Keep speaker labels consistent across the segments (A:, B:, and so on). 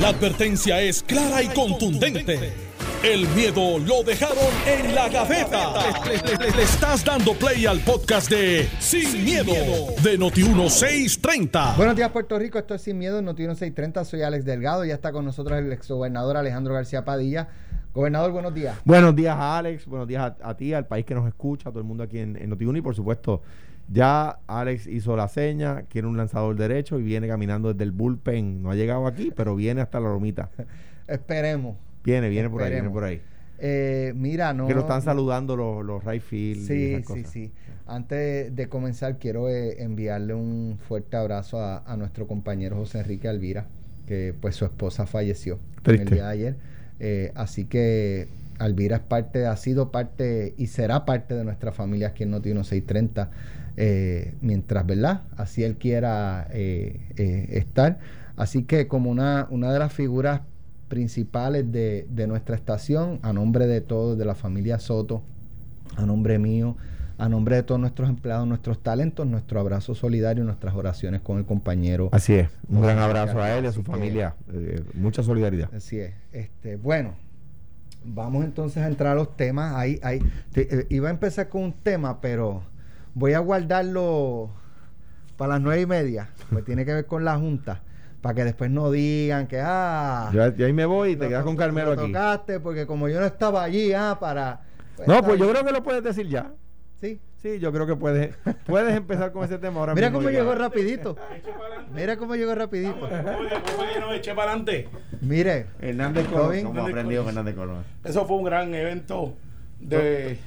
A: La advertencia es clara y contundente. El miedo lo dejaron en la gaveta. Le, le- le- le estás dando play al podcast de Sin, miedo, de Noti1630.
B: Buenos días, Puerto Rico. Esto es Sin Miedo, en Noti 630. Soy Alex Delgado. Ya está con nosotros el exgobernador Alejandro García Padilla. Gobernador, buenos días.
C: Buenos días a Alex, buenos días a, a ti, al país que nos escucha, a todo el mundo aquí en, en Notiuno y por supuesto, ya Alex hizo la seña, quiere un lanzador derecho y viene caminando desde el bullpen. No ha llegado aquí, pero viene hasta la lomita.
B: Esperemos.
C: Viene, viene por ahí, viene
B: Esperemos.
C: por ahí.
B: Eh, mira, no.
C: que lo están saludando los, los right field y
B: Sí,
C: esas
B: sí,
C: cosas.
B: sí. Antes de comenzar, quiero eh, enviarle un fuerte abrazo a, a nuestro compañero José Enrique Alvira, que pues su esposa falleció en
C: Triste.
B: el día de ayer. Eh, así que Alvira es parte, ha sido parte y será parte de nuestra familia aquí en Noti 1630, eh, mientras, ¿verdad? Así él quiera eh, eh, estar. Así que como una, una de las figuras principales de, de nuestra estación, a nombre de todos, de la familia Soto, a nombre mío, a nombre de todos nuestros empleados, nuestros talentos, nuestro abrazo solidario y nuestras oraciones con el compañero.
C: Así es. Un gran
B: Así
C: abrazo a él y a su
B: que-
C: familia. eh, mucha solidaridad.
B: Así es. Este, bueno, vamos entonces a entrar a los temas. Ahí, ahí. te- eh, iba a empezar con un tema, pero voy a guardarlo para las nueve y media, pues tiene que ver con la Junta, para que después no digan que, ah,
C: Yo, yo ahí me voy y
B: lo
C: te quedas
B: to-
C: con Carmelo
B: lo
C: aquí.
B: tocaste, porque como yo no estaba allí, ah, para...
C: No,
B: está
C: pues yo
B: bien.
C: creo que lo puedes decir ya.
B: Sí.
C: Sí, yo creo que puedes, puedes empezar con ese tema ahora
B: Mira
C: mismo,
B: cómo
C: ya.
B: llegó rapidito. Mira cómo llegó rapidito.
D: Oye, compañero, eché para adelante.
B: Mire,
E: Hernández
B: ¿Todo bien?
E: Colón, como aprendido con Hernández Colón.
D: Eso fue un gran evento de,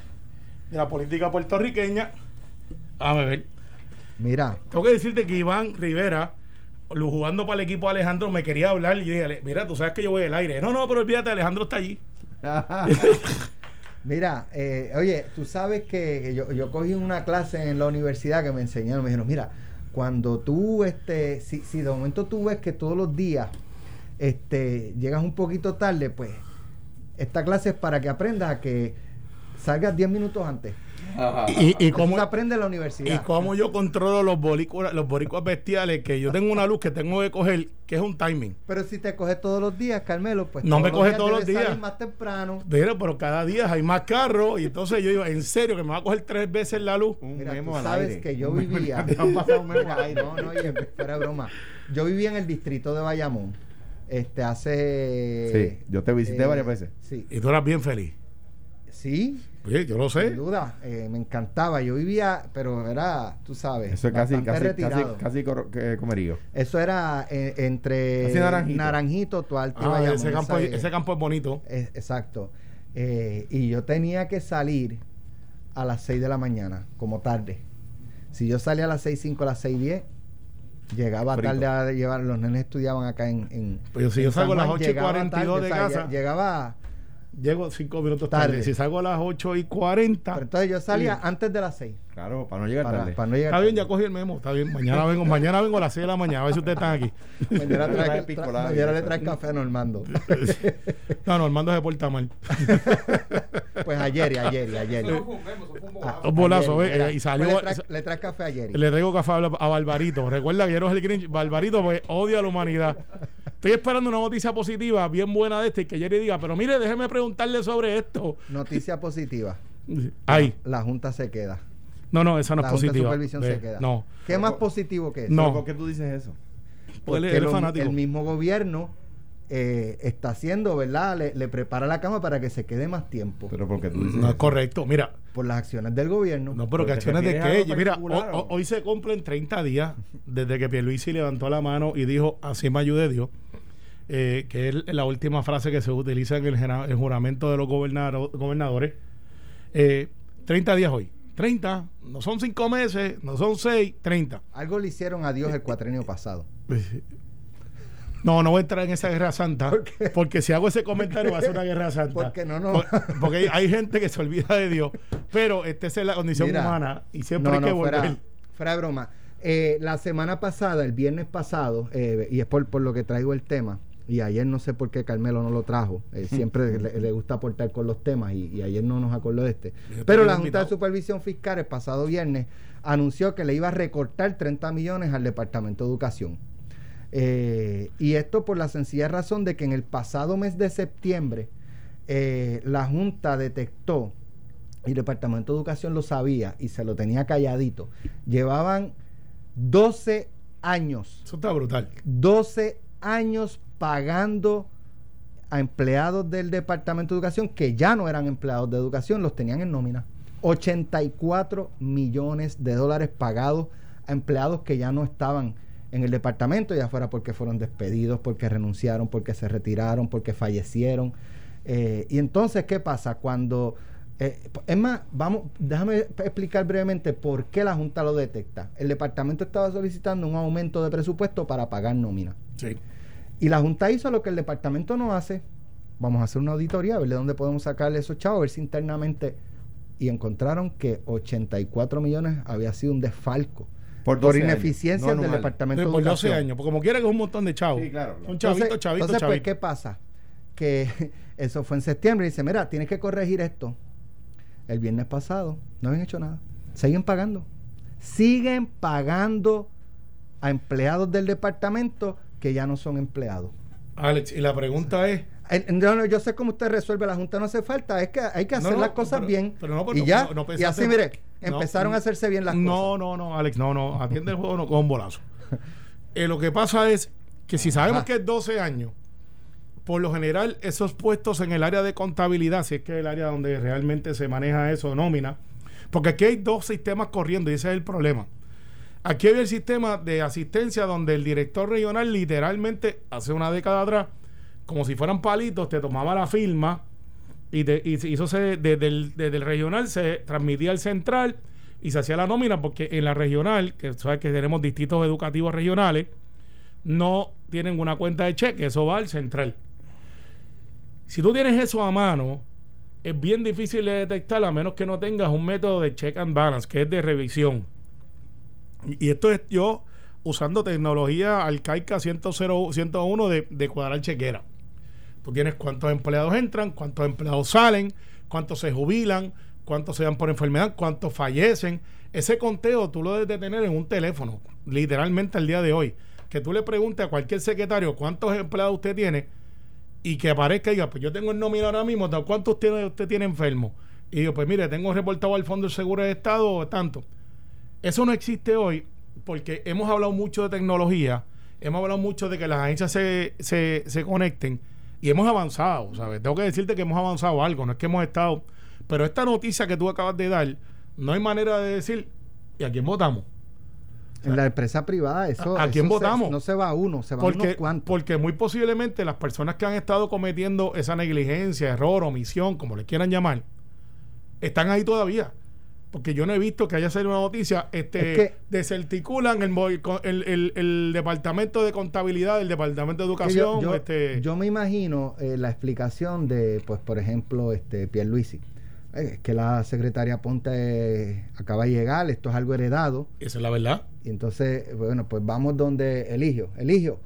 D: de la política puertorriqueña. A ver.
B: mira,
D: Tengo que decirte que Iván Rivera, lo- jugando para el equipo de Alejandro, me quería hablar y dije, "Ale- mira, tú sabes que yo voy del aire. No, no, pero olvídate, Alejandro está allí.
B: mira, eh, oye, tú sabes que que yo, yo cogí una clase en la universidad que me enseñaron, me dijeron, mira, cuando tú, este, si, si de momento tú ves que todos los días, este, llegas un poquito tarde, pues, esta clase es para que aprendas a que salgas 10 minutos antes.
D: Y, y
B: Eso
D: cómo-
B: se aprende en la
D: y
B: universidad.
D: cómo yo controlo los boricuas, los boricuas bestiales, que yo tengo una luz que tengo que coger, que es un timing.
B: Pero si te coges todos los días, Carmelo, pues...
D: No me
B: los
D: coge
B: días
D: todos los
B: debes salir
D: días.
B: más temprano.
D: Pero, pero cada día hay más carros y entonces yo digo, en serio, que me va a coger tres veces la luz.
C: Un
B: Mira,
C: memo
B: tú
C: al
B: sabes
C: aire.
B: que yo vivía.
C: Te han pasado un memo
B: Mira,
C: al aire.
B: No, no, y em, fuera de broma. Yo vivía en el distrito de Bayamón. Este, hace. eh,
C: Sí, yo te visité varias veces.
B: Sí,
D: Y tú eras bien feliz.
B: sí,
D: Oye, Pues, yo lo
B: sin
D: sé.
B: duda. eh, me encantaba. Yo vivía, pero era, tú sabes.
C: Eso es casi,
B: bastante
C: casi, casi,
B: retirado.
C: casi coro- que- comerío.
B: Eso era eh, entre
C: Casi Naranjito.
B: Naranjito, Tuarte y
D: Ah,
B: Bayamón.
D: ese, campo,
B: esa
D: es- ese campo es bonito.
B: Es- exacto. Eh, y yo tenía que salir a las 6 de la mañana, como tarde. Si yo salía a las 6, 5, a las 6, 10, llegaba
C: Frito.
B: tarde a llevar. Los nenes estudiaban acá en. en
D: Pero
B: en
D: si Pues
B: San
D: yo salgo a las
B: Juan,
D: 8 y
B: llegaba
D: 42 de
B: tarde, o sea,
D: casa,
B: lle- Llegaba.
D: llego cinco minutos
B: Tarde.
D: tarde. Si salgo a las 8 y
B: Pero
D: 40,
B: entonces yo salía
D: Sí.
B: antes de las 6.
C: Claro, para no llegar
B: Para,
C: tarde.
B: para no llegar.
D: está bien, ya
B: tarde.
D: cogí el memo. Está bien, mañana vengo, mañana vengo a las 6 de la mañana. A ver si ustedes están aquí.
B: Mañana, trae-
C: Trae
B: tra-
C: picolada y
B: mañana le
C: eso.
B: traes café a Normando.
D: No, no, Armando se porta mal.
B: pues ayer y ayer y ayer. Ah,
D: Un bolazo,
B: ayer,
D: ¿eh?
B: mira.
D: Y salió-
B: Pues le, traes, le traes café ayer.
D: Le traigo café a, a Barbarito. Recuerda que eres el Grinch. Barbarito pues, odia a la humanidad. Estoy esperando una noticia positiva, bien buena de este, y que Jerry diga, pero mire, déjeme preguntarle sobre esto.
B: Noticia positiva.
D: Ahí.
B: La Junta se queda.
D: No, no, esa no
B: la
D: es
B: Junta de
D: positiva.
B: Supervisión
D: Ve,
B: se queda.
D: No.
B: ¿Qué más positivo que eso?
D: No.
C: Pero, ¿Por qué tú dices eso?
D: Porque él
B: Porque
D: es- él
B: lo-
D: es fanático.
B: el mismo gobierno eh, está haciendo, ¿verdad? Le, le prepara la cama para que se quede más tiempo
C: Pero porque tú dices
D: No es
C: eso?
D: correcto. Mira,
B: por las acciones del gobierno.
D: no, pero
C: ¿Pero
D: que
C: te
D: acciones de
C: refieres a
D: que
C: algo
D: Mira, ho-
C: particular
D: ho-
C: o no?
D: hoy se cumplen 30 días desde que Pierluisi levantó la mano y dijo, así me ayude Dios, eh, que es la última frase que se utiliza en el, gena- el juramento de los gobernado- gobernadores. Eh, 30 días hoy. 30, no son 5 meses, no son 6, 30.
B: Algo le hicieron a Dios el cuatrenio pasado.
D: No, no voy a entrar en esa guerra santa. Porque si hago ese comentario va a ser una guerra santa.
B: Porque no, no.
D: Por- porque hay, hay gente que se olvida de Dios. Pero esta es la condición
B: Mira,
D: humana y siempre hay que volver.
B: fuera- fuera de broma. Eh, la semana pasada, el viernes pasado, eh, y es por, por lo que traigo el tema, y ayer no sé por qué Carmelo no lo trajo, eh, siempre le, le gusta aportar con los temas, y, y ayer no nos acordó de este. Pero
D: Yo también
B: la
D: he
B: Junta de
D: invitado.
B: Supervisión Fiscal el pasado viernes anunció que le iba a recortar 30 millones al Departamento de Educación. Eh, y esto por la sencilla razón de que en el pasado mes de septiembre eh, la Junta detectó, y el Departamento de Educación lo sabía y se lo tenía calladito, llevaban 12 años,
D: Eso está brutal.
B: 12 años pagando a empleados del Departamento de Educación que ya no eran empleados de educación, los tenían en nómina. 84 millones de dólares pagados a empleados que ya no estaban en el departamento, ya fuera porque fueron despedidos, porque renunciaron, porque se retiraron, porque fallecieron. Eh, y entonces, ¿qué pasa? Cuando... eh, es más, vamos, déjame explicar brevemente por qué la Junta lo detecta. El departamento estaba solicitando un aumento de presupuesto para pagar nómina.
D: Sí.
B: Y la Junta hizo lo que el departamento no hace. Vamos a hacer una auditoría, a ver de dónde podemos sacarle esos chavos, a ver si internamente. Y encontraron que 84 millones había sido un desfalco por,
C: 12 años,
B: ineficiencia
C: no
B: del
C: anual.
B: departamento
D: Por
B: de
D: 12
B: educación.
D: años, porque como quiera que es un montón de chavos.
C: Sí, claro, claro.
D: Son chavitos,
B: entonces,
D: chavitos,
B: entonces, pues,
D: chavitos.
B: ¿qué pasa? Que eso fue en septiembre y dice, mira, tienes que corregir esto. El viernes pasado no habían hecho nada. Siguen pagando. Siguen pagando a empleados del departamento que ya no son empleados.
D: Alex, y la pregunta es.
B: Eh, No, no, yo sé cómo usted resuelve, la Junta no hace falta, es que hay que
D: No,
B: hacer
D: no,
B: las cosas
D: pero-
B: bien.
D: pero no, pero
B: y ya,
D: no, no pensaste-
B: y así, mire,
D: no,
B: empezaron a hacerse bien las
D: No, no, no, Alex, no, no. Atiende el juego, no coja un bolazo. Eh, lo que pasa es que si sabemos
B: Ajá.
D: que es 12 años, por lo general, esos puestos en el área de contabilidad, si es que es el área donde realmente se maneja eso, nómina, porque aquí hay dos sistemas corriendo y ese es el problema. Aquí había el sistema de asistencia donde el director regional literalmente hace una década atrás, como si fueran palitos, te tomaba la firma y, te- y se- y eso se, desde, el, desde el regional se transmitía al central y se hacía la nómina porque en la regional, que sabes que tenemos distritos educativos regionales, no tienen una cuenta de cheque, eso va al central. Si tú tienes eso a mano, es bien difícil de detectar a menos que no tengas un método de check and balance, que es de revisión. Y y esto es yo usando tecnología arcaica 100 101 de, de cuadrar chequera. Tú tienes cuántos empleados entran, cuántos empleados salen, cuántos se jubilan, cuántos se dan por enfermedad, cuántos fallecen. Ese conteo tú lo debes de tener en un teléfono, literalmente al día de hoy. Que tú le preguntes a cualquier secretario cuántos empleados usted tiene y que aparezca y diga, pues yo tengo el nómina ahora mismo, tal, ¿cuántos usted, usted tiene enfermo? Y digo, pues mire, tengo reportado al Fondo del Seguro de Estado tanto. Eso no existe hoy porque hemos hablado mucho de tecnología, hemos hablado mucho de que las agencias se, se, se conecten y hemos avanzado, ¿sabes? Tengo que decirte que hemos avanzado algo, no es que hemos estado... Pero esta noticia que tú acabas de dar, no hay manera de decir, ¿y a quién votamos?
B: cosas. En la empresa privada, eso,
D: ¿A- a
B: eso
D: quién
B: se-
D: votamos?
B: no se va uno, se va unos
D: Porque,
B: cuantos.
D: porque muy posiblemente las personas que han estado cometiendo esa negligencia, error, omisión, como le quieran llamar, están ahí todavía. Porque yo no he visto que haya salido una noticia, este,
B: Es que-
D: desarticulan el, mo- el, el- el departamento de contabilidad, el departamento de
B: Que yo-
D: educación,
B: yo,
D: este,
B: yo me imagino eh, la explicación de, pues, por ejemplo, este Pierluisi. Eh, es que la secretaria Ponte eh, acaba de llegar, esto es algo heredado.
D: esa es la verdad.
B: Y entonces, bueno, pues vamos donde Eligio. Eligio.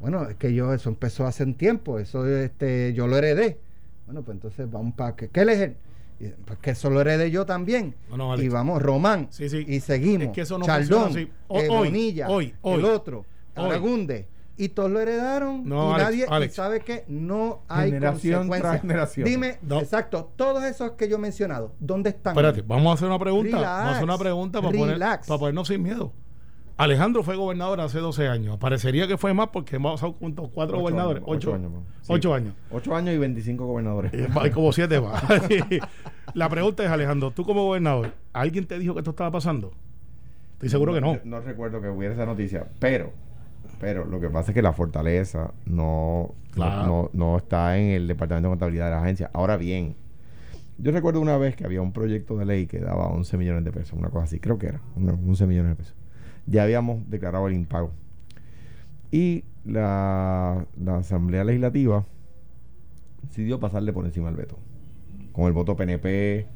B: Bueno, es que yo eso empezó hace un tiempo, eso este, yo lo heredé. Bueno, pues entonces vamos para que ¿qué elegir? Y, Pues que eso lo heredé yo también.
D: No, no, Alex.
B: Y vamos, Román.
D: Sí, sí.
B: Y seguimos.
D: Es que eso no
B: Chaldón,
D: funciona así. Ho-
B: eh,
D: hoy,
B: Bonilla,
D: hoy, hoy,
B: el otro,
D: hoy.
B: Aragunde. Y todos lo heredaron
D: No,
B: y
D: Alex,
B: nadie y
D: Alex.
B: sabe que no hay
C: Generación
B: consecuencias.
C: tras generación.
B: Dime,
D: No.
B: exacto, todos esos que yo he mencionado, ¿dónde están?
D: Espérate, vamos a hacer una pregunta.
B: Relax,
D: vamos a hacer una pregunta para, poner-
B: relax.
D: para ponernos sin miedo. Alejandro fue gobernador hace 12 años. Parecería que fue más porque hemos pasado juntos cuatro
C: Ocho
D: gobernadores.
C: años,
D: Ocho,
C: ocho años, mamá. Sí.
D: ocho años.
C: 8 años y 25 gobernadores.
D: Eh, Hay como siete más. La pregunta es, Alejandro, tú como gobernador, ¿alguien te dijo que esto estaba pasando? Estoy seguro que no.
C: No recuerdo que hubiera esa noticia, pero, pero lo que pasa es que la fortaleza no,
D: Claro.
C: no, no- no está en el departamento de contabilidad de la agencia. Ahora bien, yo recuerdo una vez que había un proyecto de ley que daba 11 millones de pesos, una cosa así, creo que era, una- 11 millones de pesos. Ya habíamos declarado el impago. Y la, la Asamblea Legislativa decidió pasarle por encima el veto. Con el voto PNP,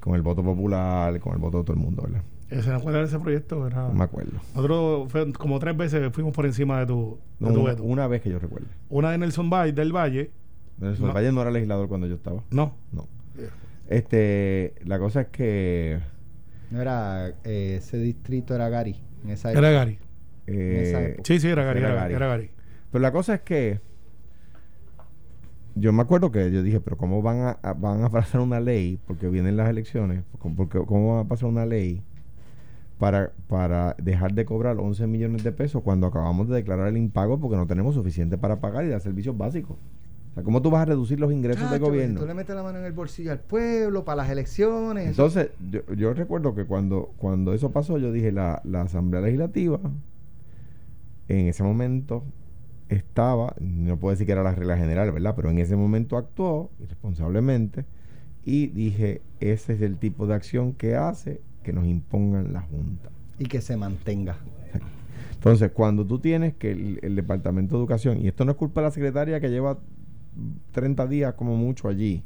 C: con el voto popular, con el voto de todo el mundo, ¿verdad?
D: ¿Se acuerdan de ese proyecto? Era-
C: No me acuerdo.
D: Nosotros fue- como tres veces fuimos por encima de tu,
C: No,
D: de tu
C: una,
D: veto.
C: una vez que yo recuerde.
D: Una de Nelson Valle, del Valle,
C: Nelson
D: No.
C: Valle no era legislador cuando yo estaba.
D: no.
C: No. Este, la cosa es que
B: No era eh, ese distrito era Gary en esa
D: Era Gary.
B: esa
C: Eh,
B: época.
D: Sí, sí, era Gary.
C: Era
D: Era,
C: Gary.
D: Gary. era Gary.
C: Pero la cosa es que yo me acuerdo que yo dije, pero ¿cómo van a, a- van a pasar una ley? Porque vienen las elecciones. ¿Cómo, porque, ¿Cómo van a pasar una ley para, para dejar de cobrar 11 millones de pesos cuando acabamos de declarar el impago porque no tenemos suficiente para pagar y dar servicios básicos? O sea, ¿Cómo tú vas a reducir los ingresos del
B: Chacho,
C: gobierno?
B: Tú le metes la mano en el bolsillo al pueblo para las elecciones. eso-
C: Entonces, yo, yo recuerdo que cuando, cuando eso pasó, yo dije, la, la Asamblea Legislativa, en ese momento, estaba, no puedo decir que era la regla general, ¿verdad? Pero en ese momento actuó irresponsablemente y dije, ese es el tipo de acción que hace que nos impongan la Junta.
B: y que se mantenga.
C: Entonces, cuando tú tienes que el, el Departamento de Educación, y esto no es culpa de la secretaria que lleva 30 días como mucho allí,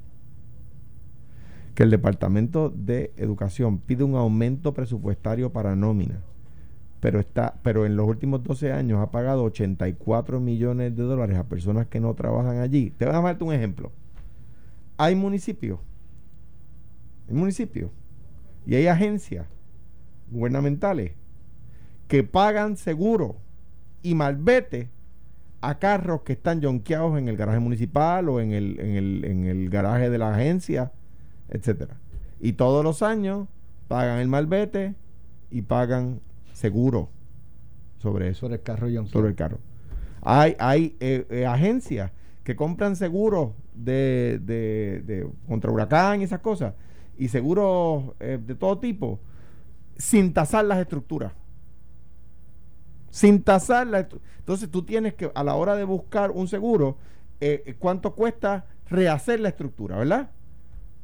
C: que el Departamento de Educación pide un aumento presupuestario para nómina, pero está pero en los últimos 12 años ha pagado 84 millones de dólares a personas que no trabajan allí. Te voy a darte un ejemplo. Hay municipios, hay municipios, y hay agencias gubernamentales que pagan seguro y malvete a carros que están yonqueados en el garaje municipal o en el, en el, en el garaje de la agencia, etcétera. Y todos los años pagan el malvete y pagan seguro sobre eso
B: Sobre el carro John
C: sobre el carro. Hay, hay eh, eh, agencias que compran seguros de, de- de- contra huracán y esas cosas, y seguros eh, de todo tipo, sin tasar las estructuras. Sin tasar las estru- Entonces tú tienes que, a la hora de buscar un seguro, eh, eh, cuánto cuesta rehacer la estructura, ¿verdad?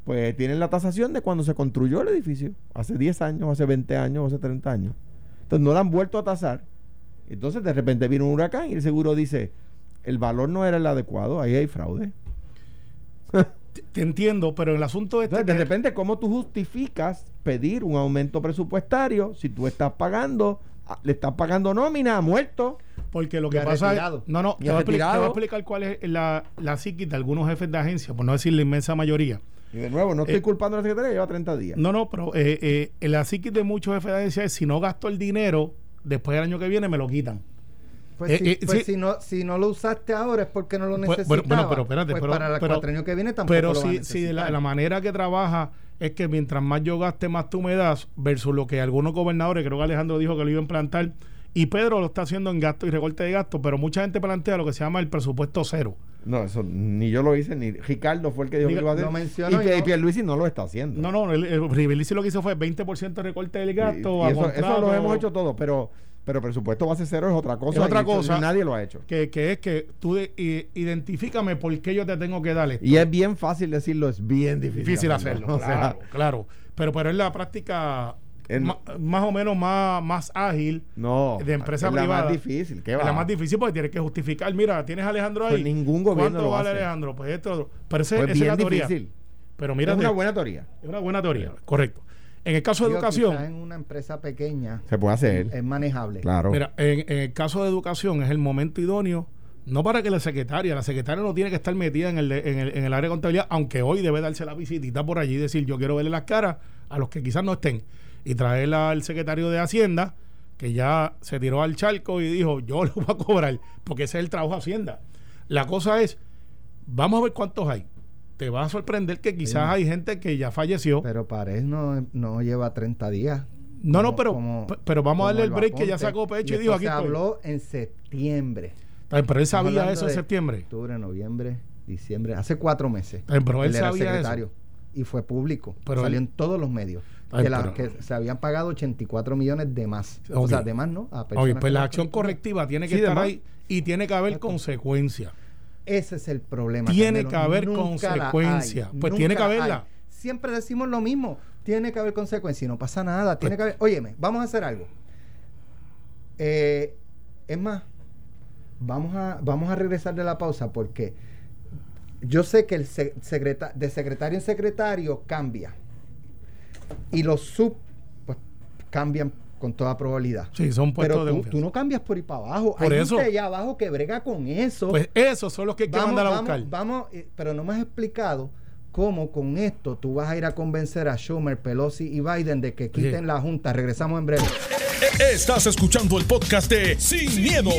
C: Pues tienen la tasación de cuando se construyó el edificio, hace 10 años, hace 20 años, hace 30 años. Entonces no la han vuelto a tasar. Entonces de repente viene un huracán y el seguro dice, el valor no era el adecuado, ahí hay fraude.
D: Te- Te entiendo, pero el asunto este.
C: Entonces de
D: que-
C: repente, ¿cómo tú justificas pedir un aumento presupuestario si tú estás pagando, a- le estás pagando nómina a muerto?
D: Porque lo
B: Y
D: que
B: ha
D: pasa
B: retirado.
D: es. No, no,
C: Y
D: te
C: ha
D: voy, a expli- te voy a
C: retirado.
D: explicar cuál es la, la psiquis de algunos jefes de agencia, por no decir la inmensa mayoría.
C: Y de nuevo, no estoy
D: Eh,
C: culpando a la secretaria, lleva 30 días.
D: No, no, pero eh, eh, en la psiquis de muchos jefes de agencia es: si no gasto el dinero, después del año que viene me lo quitan.
B: Pues,
D: Eh,
B: si,
D: eh,
B: pues
D: sí.
B: si no, si no lo usaste ahora es porque no lo
D: Pues,
B: necesitabas.
D: bueno, bueno, pero espérate,
B: Pues
D: pero,
B: para el
D: pero-
B: cuatrenio que viene tampoco
D: Pero
B: lo vas a
D: si, si de la,
B: necesitar.
D: la manera que trabaja es que mientras más yo gaste, más tú me das, versus lo que algunos gobernadores, creo que Alejandro dijo que lo iba a implantar, y Pedro lo está haciendo en gasto y recorte de gasto, pero mucha gente plantea lo que se llama el presupuesto cero.
C: No, eso ni yo lo hice, ni Ricardo fue el que dijo
D: Diga-
C: que lo iba a hacer.
B: lo mencionó
C: y,
B: y
C: Pie-
B: no-
C: Pierluisi no lo está haciendo.
D: No, no, el, el Rivelici lo que hizo fue 20% de recorte del
C: Y- y
D: gasto. a
C: eso, eso
D: contrato,
C: lo hemos hecho todos, pero, pero presupuesto base cero es otra cosa.
D: Es otra
C: y eso
D: cosa.
C: nadie lo ha hecho.
D: Que, que es que tú de- i- identifícame por qué yo te tengo que dar esto.
C: Y es bien fácil decirlo, es bien difícil.
D: difícil hacerlo,
C: O sea,
D: claro, claro. Pero, pero es la práctica
C: En-
D: ma- más o menos más, más ágil
C: no.
D: de empresa
C: es
D: privada.
C: La más difícil. ¿qué
D: Es
C: va?
D: la más difícil porque tienes que justificar. Mira, tienes a Alejandro ahí.
C: Pues ningún gobierno
D: ¿Cuánto
C: lo
D: vale
C: hace.
D: Alejandro? Pues esto. otro. Pero ese-
C: Pues
D: esa
C: bien
D: es la teoría.
C: difícil.
D: Pero mira,
C: es una buena teoría.
D: teoría. Correcto. En el caso de
B: Digo, quizás
D: educación,
B: en una empresa pequeña
C: Se puede hacer.
B: es manejable.
C: claro.
D: Em, mira, en, en el caso de educación es el momento idóneo. No para que la secretaria, la secretaria no tiene que estar metida en el, de- en el, en el área de contabilidad, aunque hoy debe darse la visitita por allí y decir yo quiero verle las caras a los que quizás no estén. Y traerla al secretario de Hacienda, que ya se tiró al charco y dijo yo lo voy a cobrar, porque ese es el trabajo de Hacienda. La cosa es, Vamos a ver cuántos hay. Te va a sorprender que quizás hay gente que ya falleció.
B: Pero Pared no, no lleva 30 días.
D: no, no,
B: Como-
D: pero,
B: como-
D: p- pero
B: como
D: vamos a darle el
B: Alba
D: break que ya
B: Ponte.
D: sacó pecho y,
B: esto
D: dijo aquí.
B: Se
D: estoy".
B: habló en septiembre.
D: Está bien, Pero él
B: Estamos
D: sabía
B: hablando
D: eso en
B: de
D: septiembre.
B: Octubre, noviembre, diciembre, hace cuatro meses.
D: Está bien, pero él
B: era
D: sabía eso.
B: y fue público.
D: Pero
B: salió
D: él-
B: en todos los medios.
D: Ay,
B: que, la-
D: pero-
B: que se habían pagado 84 millones de más.
D: Ok.
B: O sea, de más, ¿no? A personas
D: Oye,
B: que
D: pues la
B: no-
D: acción correctiva tiene que
C: Sí,
D: estar
C: demás.
D: ahí y tiene que haber consecuencias.
B: Ese es el problema.
D: Tiene
B: Carmelo.
D: que haber
B: Nunca la
D: consecuencia.
B: hay,
D: Pues
B: nunca
D: tiene que
B: la
D: haberla.
B: hay. Siempre decimos lo mismo. Tiene que haber consecuencia y no pasa nada.
D: Pues
B: Tiene que haber. Óyeme, vamos a hacer algo. Eh, es más, vamos a, vamos a regresar de la pausa porque yo sé que el se- secreta- de secretario en secretario cambia. Y los sub pues, cambian con toda probabilidad.
D: Sí, son puestos
B: Pero
D: de
B: tú,
D: confianza.
B: tú no cambias por ahí para abajo.
D: Por
B: Hay
D: eso.
B: gente allá abajo que brega con eso
D: Pues esos son los que hay que mandar a buscar.
B: vamos, vamos, eh, pero no me has explicado cómo con esto tú vas a ir a convencer a Schumer, Pelosi y Biden de que quiten
D: Oye.
B: la Junta. Regresamos en breve.
A: E, Estás escuchando el podcast de Sin, miedo,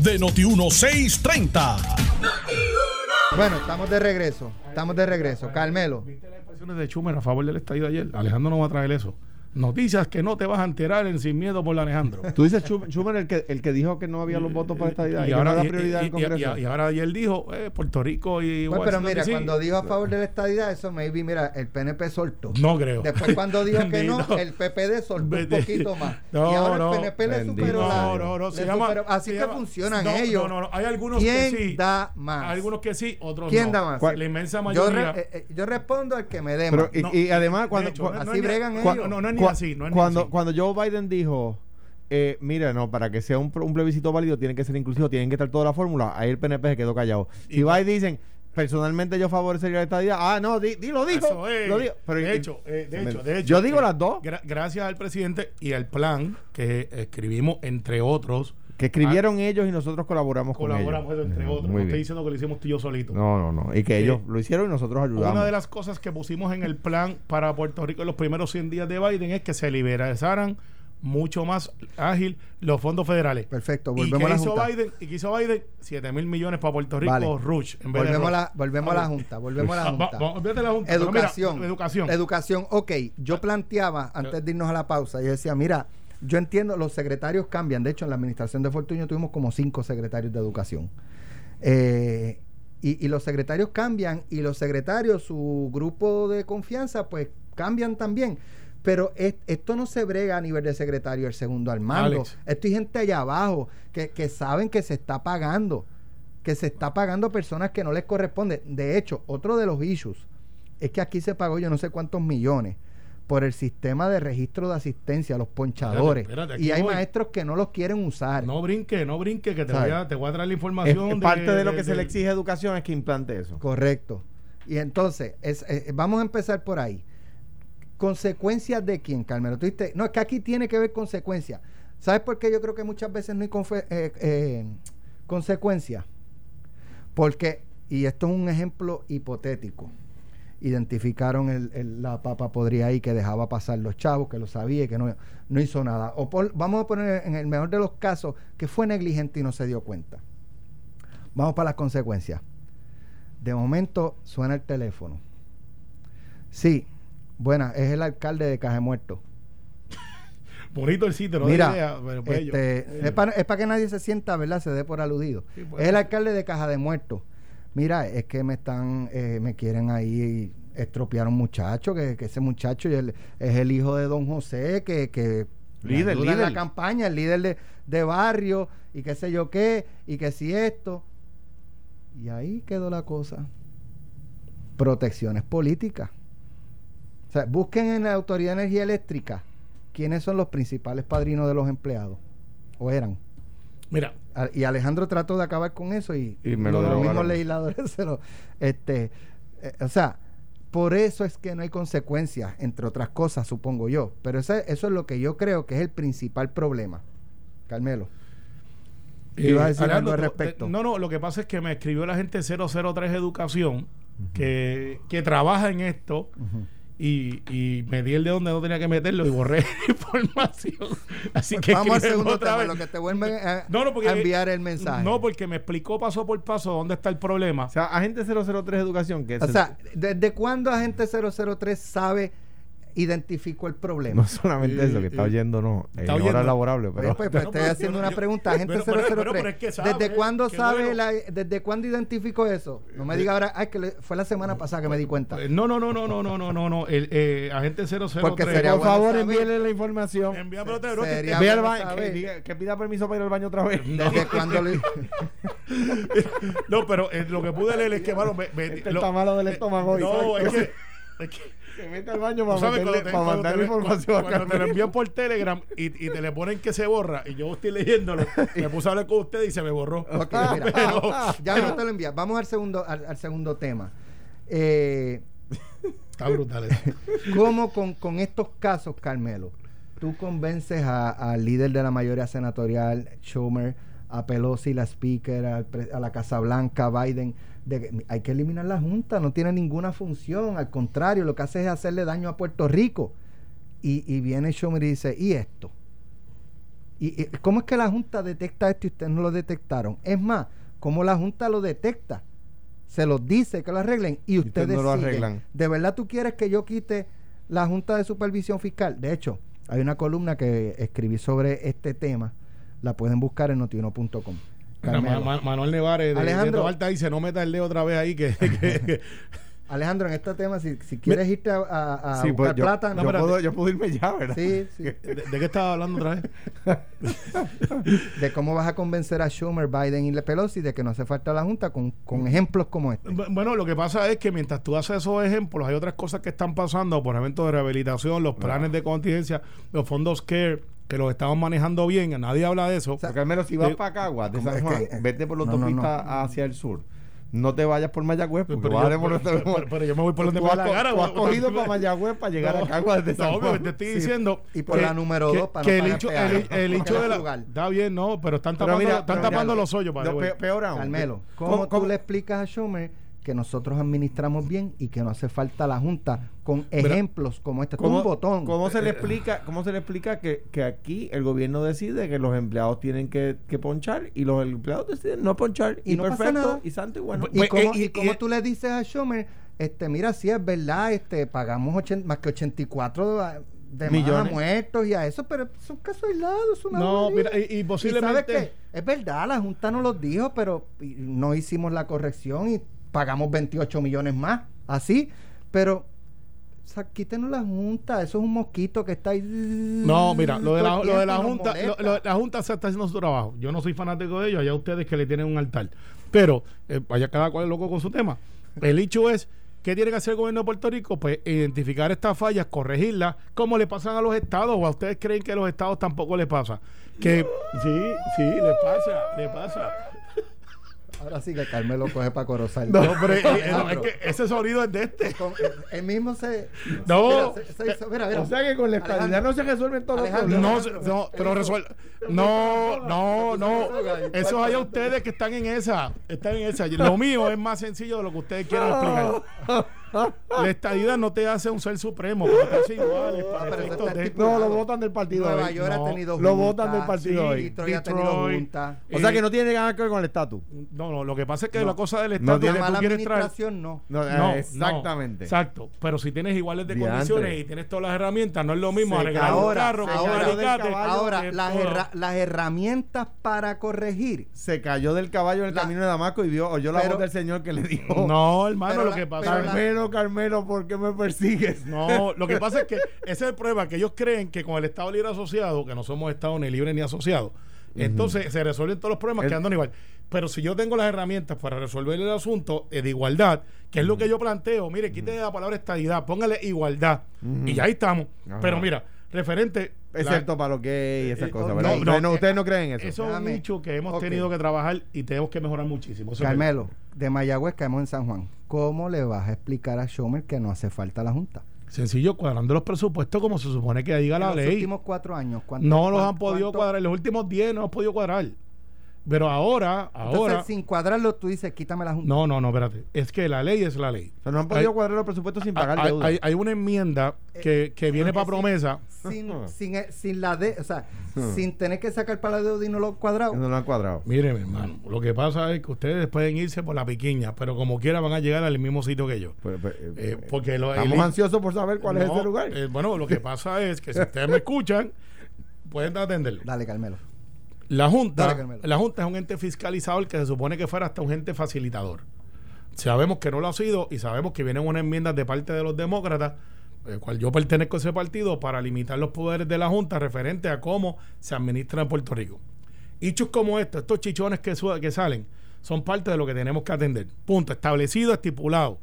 A: de Noti1630.
B: Bueno, estamos de regreso. Estamos de regreso. Carmelo.
D: ¿Viste las expresiones de Schumer a favor del estadio ayer? Alejandro no va a traer eso. Noticias que no te vas a enterar en Sin Miedo por Alejandro.
C: Tú dices Schum- Schumer, el que, el que dijo que no había los votos para esta idea.
D: y, ahora,
C: la
D: y-
C: prioridad
D: y-
C: del
D: y- y-
C: Congreso.
D: y ahora ayer dijo eh, Puerto Rico y
B: Pues, pero
D: Washington,
B: mira,
D: D.C..
B: cuando dijo a favor de la estadidad, eso maybe, mira, el PNP soltó.
D: No creo.
B: Después cuando dijo que no,
D: Bendito.
B: el PPD soltó un
D: Bendito.
B: poquito más.
D: No,
B: y ahora
D: no,
B: el PNP le
C: bendito.
B: superó la...
D: no, no, no,
B: le
D: se llama,
B: superó- Así
D: se
B: que
D: llama-
B: funcionan
D: no,
B: ellos.
D: No, no, no, hay algunos
B: ¿Quién
D: que sí.
B: da más?
D: Hay algunos que sí, otros
B: ¿Quién
D: no.
B: da más?
D: La inmensa
B: yo,
D: mayoría.
B: re- eh, eh, yo respondo al que me dé
C: Pero,
B: más.
C: y,
D: No,
C: y además,
D: de
C: cuando,
D: hecho,
C: cua-
B: no-
D: es
B: así
D: ni-
B: bregan
D: cua-
B: ellos.
D: No, no es ni
C: cua-
D: así, no es ni
C: cuando,
D: así.
C: cuando Joe Biden dijo, eh, mira, no, para que sea un, pro- un plebiscito válido tiene que ser inclusivo, tienen que estar toda la fórmula, ahí el PNP se quedó callado. Si va y dicen, personalmente yo favorecería la estadía, ah, no, di, di- lo dijo.
D: Eso es.
C: lo dijo. Pero,
D: de,
C: eh,
D: hecho, eh, de
C: me-
D: hecho, de hecho,
C: Yo digo
D: eh,
C: las dos,
D: gra- gracias al presidente y al plan que escribimos, entre otros.
C: que escribieron ellos y nosotros colaboramos con
D: Colaboramos
C: ellos.
D: entre
C: Ajá,
D: otros.
C: muy
D: No estoy
C: bien.
D: diciendo que lo hicimos tú y yo solito.
C: No, no, no. Y que
D: Eh,
C: ellos lo hicieron y nosotros ayudamos.
D: Una de las cosas que pusimos en el plan para Puerto Rico en los primeros 100 días de Biden es que se liberalizaran mucho más ágil los fondos federales.
B: Perfecto,
D: ¿Y
B: volvemos
D: qué
B: a la
D: hizo
B: Junta.
D: Biden? ¿Y qué hizo Biden? 7 mil millones para Puerto Rico,
B: Vale.
D: Rush. en vez de
B: Volvemos, a
D: Rush.
B: la, volvemos a la Junta, volvemos a la
D: Ah, va-
B: Junta.
D: va- olvídate de la Junta. Pero mira,
B: Educación.
D: educación.
B: Educación. Ok, yo planteaba, antes de irnos a la pausa, yo decía, mira, yo entiendo, los secretarios cambian. De hecho, en la administración de Fortuño tuvimos como cinco secretarios de educación. Eh, y, y los secretarios cambian y los secretarios, su grupo de confianza, pues cambian también. Pero es- esto no se brega a nivel de secretario el segundo al mando.
D: Alex.
B: Esto hay gente allá abajo que, que saben que se está pagando, que se está pagando a personas que no les corresponde. De hecho, otro de los issues es que aquí se pagó yo no sé cuántos millones por el sistema de registro de asistencia, los ponchadores.
D: espérate, aquí
B: y hay
D: voy.
B: maestros que no los quieren usar.
D: No brinque, no brinque, que te
B: ¿Sabes?
D: voy, a, te voy a traer la
C: Es-
D: información.
C: es parte de lo que se le
D: del-
C: exige a educación es que implante eso.
B: Correcto. Y entonces, es- eh, vamos a empezar por ahí. ¿Consecuencias de quién, Carmelo? Tú dijiste, no, es que aquí tiene que ver consecuencias. ¿Sabes por qué yo creo que muchas veces no hay confe- eh, eh, consecuencias? Porque, y esto es un ejemplo hipotético, identificaron el- el- la papa podría ahí que dejaba pasar los chavos, que lo sabía y que no, no hizo nada. O por- vamos a poner en el mejor de los casos que fue negligente y no se dio cuenta. Vamos para las consecuencias. De momento suena el teléfono. Sí, buena, es el alcalde de Cajemuerto.
D: Bonito el sitio, no doy idea,
B: Mira,
D: pero pues ellos-
B: este,
D: ellos.
B: es para que nadie se sienta, ¿verdad? Se dé por aludido.
D: Sí, pues.
B: es el alcalde de Caja de Muertos. Mira, es que me están, eh, me quieren ahí estropear a un muchacho, que, que ese muchacho es el, es el hijo de don José, que, que le
C: Líder,
B: ayuda en
C: líder.
B: la campaña, el líder de, de barrio, y qué sé yo qué, y que si esto. Y ahí quedó la cosa. Protecciones políticas. O sea, busquen en la Autoridad de Energía Eléctrica quiénes son los principales padrinos de los empleados. O eran.
D: Mira,
B: A- Y Alejandro trató de acabar con eso y,
C: Y me lo
B: los mismos
C: derogaron.
B: legisladores se lo. Este, eh, o sea, por eso es que no hay consecuencias, entre otras cosas, supongo yo. Pero ese- eso es lo que yo creo que es el principal problema. Carmelo.
D: eh,
B: Ibas a decir algo al
D: te-
B: respecto.
D: te- no, no, lo que pasa es que me escribió la gente 003 Educación, que, que trabaja en esto, y, y me di el de donde no tenía que meterlo y borré la información. Así que
B: Pues Vamos al
D: escriben
B: segundo
D: otra
B: tema,
D: vez.
B: lo que te vuelven a,
D: No, no, porque-
B: a enviar el mensaje.
D: No, porque me explicó paso por paso dónde está el problema.
C: O sea, agente 003 educación que
B: o
C: se-
B: sea, ¿desde cuándo agente 003 sabe, identificó el problema?
C: No solamente eso, que está oyendo, no. En
D: Está
C: horas
D: oyendo.
C: laborables, pero.
B: Oye, pues, pues,
D: No,
B: estoy
D: pero-
B: haciendo
D: yo-
B: una
D: yo-
B: pregunta. Agente
D: pero- pero-
B: 003.
D: pero es que sabe,
B: ¿Desde cuándo
D: qué
B: sabe,
D: bueno.
B: la- desde cuándo identificó eso? No me diga ahora, ay, que le- fue la semana pasada que me di cuenta.
D: Eh, No, no, no, no, no, no, no, no, no. El eh, agente 003.
B: Porque sería
C: por
B: bueno
C: favor,
B: saber.
C: envíenle la información.
D: Envía, pero te- bro, que-
B: Sería-
C: Ve al
B: bueno
C: baño, que,
B: saber.
C: diga- que pida permiso para ir al baño otra vez.
B: ¿Desde cuándo le-
D: No, pero eh, lo que pude leer es que, mano, me- me-
C: Este
D: lo- eh,
C: está malo del estómago. y-
D: No, es que. es que-
C: Se mete al baño
D: Tú
C: para
D: sabes cuando
C: mandarle,
D: te,
C: para
D: cuando
C: mandarle
D: te-
C: información
D: cuando-
C: acá.
D: cuando te lo envían por Telegram y, y te le ponen que se borra y yo estoy leyéndolo, me puse a hablar con usted y se me borró.
B: Ok, mira,
D: Pero-
B: ya no te lo envías. Vamos al segundo, al, al segundo tema. Eh,
D: Está brutal. eso.
B: ¿Cómo con, con estos casos, Carmelo? Tú convences a- al líder de la mayoría senatorial, Schumer, a Pelosi, la speaker, al pre- a la Casa Blanca, a Biden, de que hay que eliminar la Junta, no tiene ninguna función, al contrario, lo que hace es hacerle daño a Puerto Rico. Y, y viene Schumer y dice, ¿y esto? ¿Y, y cómo es que la Junta detecta esto y ustedes no lo detectaron? Es más, ¿cómo la Junta lo detecta? Se los dice que lo arreglen y ustedes,
C: no lo
B: siguen.
C: arreglan.
B: ¿De verdad tú quieres que yo quite la Junta de Supervisión Fiscal? De hecho, hay una columna que escribí sobre este tema. La pueden buscar en notiuno.com.
D: Mira, Ma-
B: Carmelo.
D: Ma- Manuel Nevares de,
B: Alejandro.
D: de Toalta dice, no meta el dedo otra vez ahí que... que- que-
B: Alejandro, en este tema, si, si quieres irte a, a- a
C: Sí, pues,
B: buscar
C: yo,
B: plata,
C: yo
B: no, espérate.
C: puedo, yo puedo irme ya, ¿verdad?
B: Sí, sí.
D: ¿De, de qué estaba hablando otra vez?
B: de cómo vas a convencer a Schumer, Biden y Pelosi de que no hace falta la Junta con, con ejemplos como este.
D: Bu- Bueno, lo que pasa es que mientras tú haces esos ejemplos, hay otras cosas que están pasando, por eventos de rehabilitación, los planes de contingencia, los fondos CARE, que los estamos manejando bien, nadie habla de eso.
C: Pero, Carmelo, si vas
D: eh,
C: para Cagua, de
B: ¿cómo
C: San
B: es
C: Juan,
B: que-
C: vete por la
B: No, Pues, no,
C: autopista hacia el sur. No te vayas por Mayagüez, porque
D: Pero
C: vas a
D: yo-
C: devolver-
D: pero- pero- pero yo me voy por donde
C: Tú
D: me da
C: has
D: la
C: co-
D: gana,
C: tú
D: voy-
C: has cogido para Mayagüez para llegar a Cagua desde San
D: No,
C: Juan.
D: pero te estoy diciendo.
B: y por la número
D: que-
B: dos para no
D: que el
B: pagar
D: hecho,
B: peaje,
D: el, el
B: porque
D: hecho
B: era
D: de la-
B: frugal.
D: Está bien, no, pero están
C: Pero
D: tapando,
C: mira,
D: están
C: pero mira,
D: tapando los hoyos. by the
C: no,
D: way.
C: pe- peor aún. Eh,
B: Carmelo, ¿cómo, tú
C: cómo-
B: le explicas a Schumer que nosotros administramos bien y que no hace falta la Junta con
D: Pero,
B: ejemplos como este? Esto es
C: ¿Cómo,
B: un botón.
C: ¿Cómo se le explica, cómo se le explica que, que aquí el gobierno decide que los empleados tienen que, que ponchar y los empleados deciden no ponchar y,
B: Y no pasa
C: perfecto
B: nada.
C: y santo y bueno?
B: ¿Y
D: Pues,
B: cómo,
D: eh,
B: y
D: y-
B: cómo
D: y-
B: tú le dices a Schumer, este, mira, si es verdad, este, pagamos 80 más que 84 de, ah, de más a
C: Millones.
B: muertos y a eso, pero es un caso aislado, es una
D: No,
B: bobería.
D: mira, y- y posiblemente-
B: sabes qué? es verdad, la Junta no los dijo, pero y, no hicimos la corrección y pagamos 28 millones más, así, pero... O sea, quítenos la junta, eso es un mosquito que está ahí. Mm,
D: No, mira, lo de la,
B: todo el
D: lo de la
B: tiempo y nos
D: Junta, lo,
B: molesta.
D: lo de la Junta se está haciendo su trabajo. Yo no soy fanático de ellos, allá ustedes que le tienen un altar. Pero, eh, vaya cada cual loco con su tema. El hecho es, ¿qué tiene que hacer el gobierno de Puerto Rico? Pues identificar estas fallas, corregirlas, como le pasan a los estados, o a ustedes creen que a los estados tampoco les pasa. Que sí, sí, les pasa, les pasa.
B: Ahora sí que Carmelo coge para corozar.
D: No, pero eh, eh, no, es que ese sonido es de este.
B: Con- el mismo se.
D: No.
B: Mira, se- se hizo- mira, mira.
C: o sea que con la espalda
B: Alejandro,
C: no se resuelven todos los
B: Alejandro,
C: problemas.
D: No, se- no, pero resuelve. No, no, no. Eso hay a ustedes que están en esa. Están en esa. Lo mío es más sencillo de lo que ustedes quieran explicar. La estadidad no te hace un ser supremo, porque te hace iguales para
B: Ah, pero eso
D: efectos
B: está
D: de-
C: No, lo votan del partido.
B: Nueva
C: hoy.
B: York
D: no,
B: ha tenido.
C: lo
B: junta,
C: botan del partido
B: sí,
C: hoy.
B: Detroit ha
D: Detroit.
B: tenido junta.
C: O sea que no tiene nada que ver con el estatus.
D: Eh, No, no, lo que pasa es que la cosa del
C: No
D: Estado
C: tiene
D: que
B: La
D: tú
B: mala
D: quieres traer.
B: administración no.
C: No, eh,
D: No,
C: exactamente.
D: no, exacto. Pero si tienes iguales de
C: Diantre.
D: condiciones y tienes todas las herramientas, no es lo mismo
C: Se
D: arreglar un
B: ahora,
D: carro, comprar
B: ahora,
D: alicate,
B: Ahora,
D: que
B: las,
D: todo.
B: herra- las herramientas para corregir.
C: se cayó del caballo en el
B: La-
C: camino de Damasco y vio, oyó la
B: Pero-
C: voz del Señor que le dijo:
D: No, hermano,
B: Pero
D: lo
B: la-
D: que pasa
B: pero
D: es
B: la-
C: Carmelo, Carmelo, ¿por qué me persigues?
D: No, lo que pasa es que ese es el problema, que ellos creen que con el Estado Libre Asociado, que no somos Estado ni libre ni asociado, entonces se resuelven todos los problemas
C: El-
D: quedando igual. Pero si yo tengo las herramientas para resolver el asunto eh, de igualdad, que es lo que yo planteo, mire, quítale la palabra estadidad, póngale igualdad. Y ya ahí estamos.
C: Ajá.
D: pero mira, referente... la-
C: Excepto para los gays y esas
D: eh,
C: cosas,
D: no,
C: ¿verdad?
D: no,
C: ustedes, no,
D: eh,
C: ustedes no creen en eso.
D: eso es un
B: Déjame.
D: nicho que hemos
B: Ok.
D: tenido que trabajar y tenemos que mejorar muchísimo. Eso es verdad.
B: Carmelo, de Mayagüez caemos en San Juan. ¿Cómo le vas a explicar a Schumer que no hace falta la junta?
D: Sencillo, cuadrando los presupuestos como se supone que diga
B: En
D: la
B: los
D: ley.
B: últimos cuatro años. ¿cuánto-
D: No los
B: cuán-
D: han podido
B: cuánto-
D: cuadrar. En los últimos 10 no han podido cuadrar. Pero ahora,
B: Entonces,
D: ahora.
B: sin cuadrarlo, tú dices, quítame la junta.
D: No, no, no, espérate. Es que la ley es la ley.
C: O sea, no han
D: Hay-
C: podido cuadrar los presupuestos sin pagar
D: hay,
C: deuda. Eh,
D: hay- hay una enmienda que, que viene
B: que
D: para
B: sí.
D: promesa.
B: sin, sin, eh, sin la de, o sea, sin tener que sacar para la deuda y no lo
C: Que
B: cuadrado.
C: no lo han cuadrado.
D: Mire, mi hermano, lo que pasa es que ustedes pueden irse por la piquiña, pero como quiera van a llegar al mismo sitio que yo.
C: Pues, pues, eh,
D: Eh, porque lo,
C: estamos
D: el-
C: ansiosos por saber cuál es
D: No,
C: ese lugar.
D: eh, bueno, lo que pasa es que si ustedes me escuchan, pueden atenderlo.
B: Dale, Carmelo.
D: La Junta,
B: Dale, Carmelo.
D: la Junta es un ente fiscalizador que se supone que fuera hasta un ente facilitador. Sabemos que no lo ha sido y sabemos que vienen unas enmiendas de parte de los demócratas, el cual yo pertenezco a ese partido, para limitar los poderes de la Junta referente a cómo se administra en Puerto Rico. Hechos como estos, estos chichones que, su- que salen, son parte de lo que tenemos que atender. Punto, establecido, estipulado.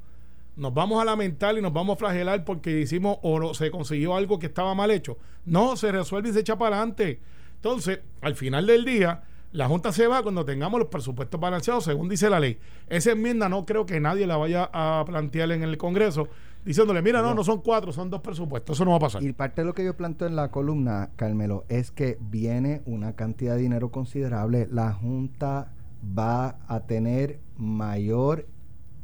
D: Nos vamos a lamentar y nos vamos a flagelar porque hicimos o no- se consiguió algo que estaba mal hecho. No, se resuelve y se echa para adelante. Entonces, al final del día, la Junta se va cuando tengamos los presupuestos balanceados, según dice la ley. Esa enmienda no creo que nadie la vaya a plantear en el Congreso diciéndole, mira, no, no, son cuatro, son dos presupuestos, eso no va a pasar.
B: Y parte de lo que yo planteo en la columna, Carmelo, es que viene una cantidad de dinero considerable. La Junta va a tener mayor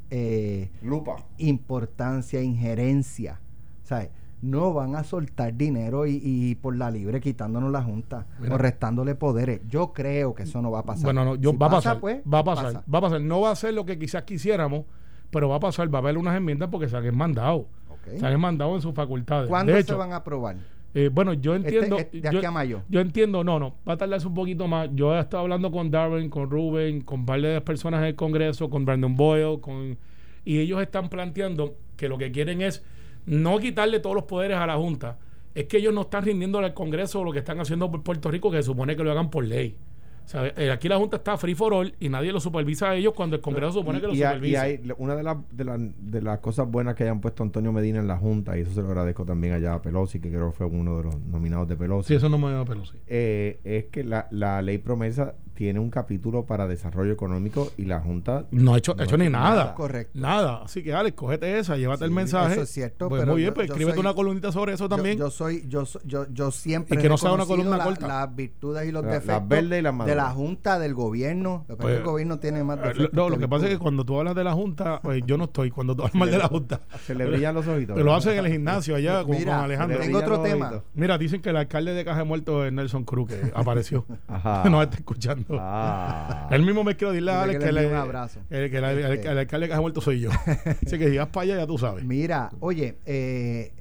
B: eh,
C: Lupa.
B: importancia, injerencia. O sea, no van a soltar dinero y, y por la libre quitándonos la Junta
D: Mira.
B: o restándole poderes. Yo creo que eso no va a pasar.
D: Bueno, no, yo,
B: Si
D: va a
B: pasa,
D: pasar.
B: pues,
D: va a pasar.
B: pasa.
D: Va a pasar. No va a ser lo que quizás quisiéramos, pero va a pasar. Va a haber unas enmiendas porque se han enmandado.
B: Ok.
D: Se han enmandado en sus facultades.
B: ¿Cuándo
D: de
B: se
D: hecho,
B: van a aprobar?
D: eh, bueno, yo
B: Este-
D: entiendo.
B: este- de aquí
D: yo,
B: a mayo.
D: yo entiendo, no, no. Va a tardarse un poquito más. Yo he estado hablando con Darwin, con Rubén, con un par de personas del Congreso, con Brandon Boyle, con, y ellos están planteando que lo que quieren es no quitarle todos los poderes a la Junta. Es que ellos no están rindiendo al Congreso lo que están haciendo por Puerto Rico, que se supone que lo hagan por ley. O sea, eh, aquí la Junta está free for all y nadie lo supervisa a ellos cuando el Congreso supone que lo
C: y, y hay- y
D: supervisa.
C: hay le- una de las de, las- de las cosas buenas que hayan puesto Antonio Medina en la Junta, y eso se lo agradezco también allá a Pelosi, que creo que fue uno de los nominados de Pelosi.
D: Sí, eso no me da pelo, sí.
C: eh, es que la, la ley promesa tiene un capítulo para desarrollo económico y la Junta
D: No ha hecho, ha
C: No
D: hecho
C: ha
D: ni
C: hecho
D: nada.
B: Correcto.
D: Nada. Así que, Alex, cógete esa, llévate
B: Sí,
D: el mensaje.
B: eso es cierto,
D: Pues
B: pero
D: muy bien,
B: yo-
D: pues
B: yo
D: escríbete
B: soy-
D: una columnita sobre eso
B: Yo-
D: también.
B: Yo, soy, yo, so- yo, yo siempre.
D: Y
B: he
D: que no sea una
B: reconocido
D: columna
B: la-
D: corta.
B: Las virtudes y los
C: La- las
B: defectos.
C: verdes y las
B: De la
C: maduras.
B: Junta, del gobierno. Lo que pasa
D: Pues,
B: es que el gobierno tiene más
D: Eh, lo-
B: defectos
D: No, lo que pasa es que
B: virtudes.
D: cuando tú hablas de la Junta, pues, yo no estoy. Cuando tú hablas mal de la Junta,
C: se le brillan los ojitos.
D: te lo hacen en el gimnasio allá con,
B: Mira,
D: con Alejandro.
B: tengo otro tema.
D: Mira, dicen que el alcalde de Caja Muerto es Nelson Cruz, que apareció.
C: Ajá.
D: Nos está escuchando.
C: Ah.
D: Él mismo me quiero decirle a
B: Dile
D: Alex
B: que
D: que,
B: le
D: le-
B: envíe un abrazo. Este.
D: el, que el- el- el- el alcalde de Caja Muerto soy yo. Así que si vas para allá, ya tú sabes.
B: Mira, oye, eh,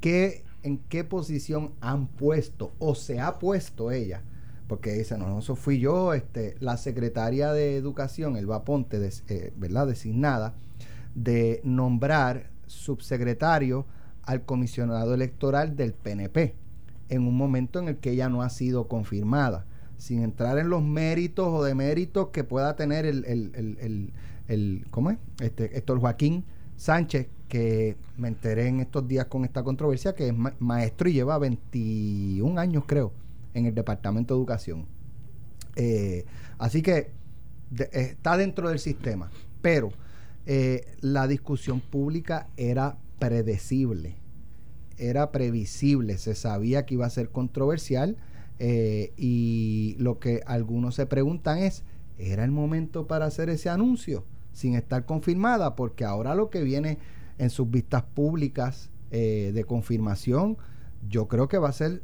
B: ¿qué, ¿en qué posición han puesto o se ha puesto ella? Porque dice, no, no, eso fui yo, este, la secretaria de Educación, Elba Ponte, des- eh, ¿verdad? Designada, de nombrar subsecretario al comisionado electoral del PNP, en un momento en el que ella no ha sido confirmada, sin entrar en los méritos o deméritos que pueda tener el, el, el- el- el- ¿cómo es? Este, Héctor Joaquín Sánchez, que me enteré en estos días con esta controversia, que es ma- maestro y lleva 21 años, creo, en el Departamento de Educación. Eh, así que de- está dentro del sistema, pero eh, la discusión pública era predecible, era previsible, se sabía que iba a ser controversial eh, y lo que algunos se preguntan es, ¿era el momento para hacer ese anuncio sin estar confirmada? Porque ahora lo que viene en sus vistas públicas eh, de confirmación, yo creo que va a ser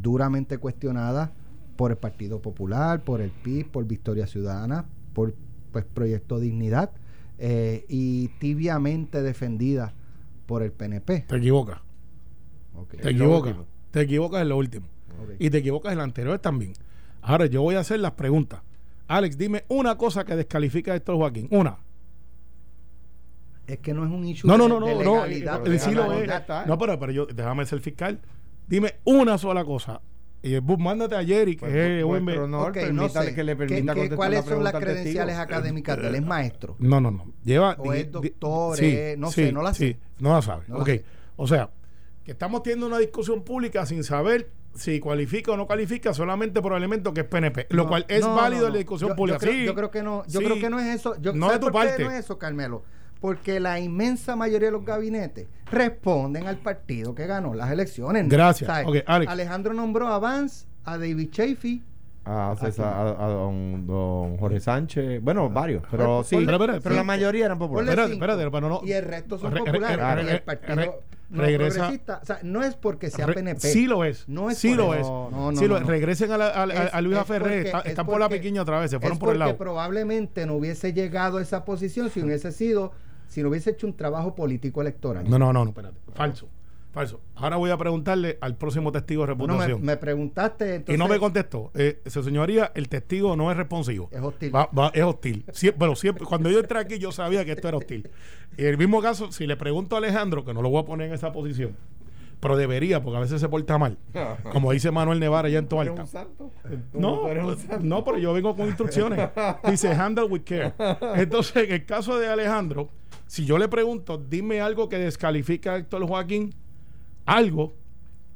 B: duramente cuestionada por el Partido Popular, por el PIB, por Victoria Ciudadana, por pues, Proyecto Dignidad eh, y tibiamente defendida por el PNP.
D: Te equivocas.
B: Ok,
D: Te
C: Es lo
D: equivocas.
C: último.
D: Te equivocas en lo último.
B: ok.
D: Y te equivocas en la anterior también. Ahora yo voy a hacer las preguntas. Alex, dime una cosa que descalifica a Héctor Joaquín. Una.
B: Es que no es un issue
D: No, no,
B: de,
D: no, no,
B: de
D: no.
B: legalidad,
D: eh,
B: pero
D: eh, sí lo es.
B: legalidad.
C: está.
D: No, pero, pero yo, déjame ser fiscal. Dime una sola cosa. Y eh, bu- mándate a Jerry, que eh,
C: Pues,
D: es
C: pues,
D: buen
C: pero
D: no.
C: No,
B: Ok,
C: permítale
B: no sé.
C: que le
B: ¿Qué-
C: permita
B: qué-
C: contestar
B: ¿Cuáles
C: la
B: son las
C: pregunta al
B: credenciales
C: testigo?
B: académicas de él? Es maestro.
D: no, no, Lleva.
B: O es doctor,
D: sí,
B: eh, no sé,
D: sí,
B: no la
D: sí,
B: sé.
D: no la sabe.
B: No la
D: ok.
B: sé.
D: O sea, que estamos teniendo una discusión pública sin saber si cualifica o no cualifica solamente por elementos que es PNP, lo
B: No,
D: cual es
B: no,
D: válido
B: no,
D: en
B: no.
D: la discusión
B: Yo- yo
D: pública.
B: creo-
D: Sí,
B: Yo creo que no, yo
D: sí.
B: creo que no es eso. Yo,
D: No
B: ¿sabes
D: de tu
B: por qué
D: parte.
B: no es eso, Carmelo. Porque la inmensa mayoría de los gabinetes responden al partido que ganó las elecciones. ¿no?
D: Gracias.
B: ¿Sabes?
D: Ok, Alex.
B: Alejandro nombró a Vance, a David Chafee. Ah,
C: A, César- a- a don, don Jorge Sánchez, bueno, varios, pero
B: Ponle-
C: sí,
D: Pero, pero,
C: pero la
D: cinco.
C: mayoría eran
B: Ponle
C: populares.
D: Espérate,
B: cinco.
D: espérate, pero no-
B: Y el resto son
D: Re- re-
B: populares.
D: re-
B: y el partido
D: re-
B: no
D: regresa-
B: progresista. O sea, no es porque sea
D: Re-
B: PNP.
D: Sí lo es.
B: No es
D: sí
B: por
D: lo
B: eso.
D: es.
B: No, no,
D: Sí lo
B: no,
D: es.
B: no.
D: Regresen a, la- a- a-
B: Es-
D: a Luis
B: es
D: Aferré.
B: porque-
D: Está-
B: es
D: están por la
B: porque-
D: piquiña otra vez. Se fueron
B: es
D: por el
B: porque
D: lado.
B: probablemente no hubiese llegado a esa posición si no hubiese sido, si no hubiese hecho un trabajo político electoral.
D: No, no, no, no, espérate. Falso. Falso. Ahora voy a preguntarle al próximo testigo de
B: Bueno, me,
D: reputación.
B: me preguntaste.
D: y no me
B: entonces-
D: contestó. Eh, su señoría, el testigo no es responsivo.
B: Es hostil.
D: Va- va- es hostil. Siempre, pero siempre, cuando yo entré aquí, yo sabía que esto era hostil. Y en el mismo caso, si le pregunto a Alejandro, que no lo voy a poner en esa posición, pero debería, porque a veces se porta mal. Como dice Manuel Nevara allá en
C: ¿Eres
D: Toalta.
C: un santo?
D: No, no, pero yo vengo con instrucciones. Dice, handle with care. Entonces, en el caso de Alejandro, si yo le pregunto, dime algo que descalifica a Héctor Joaquín, algo,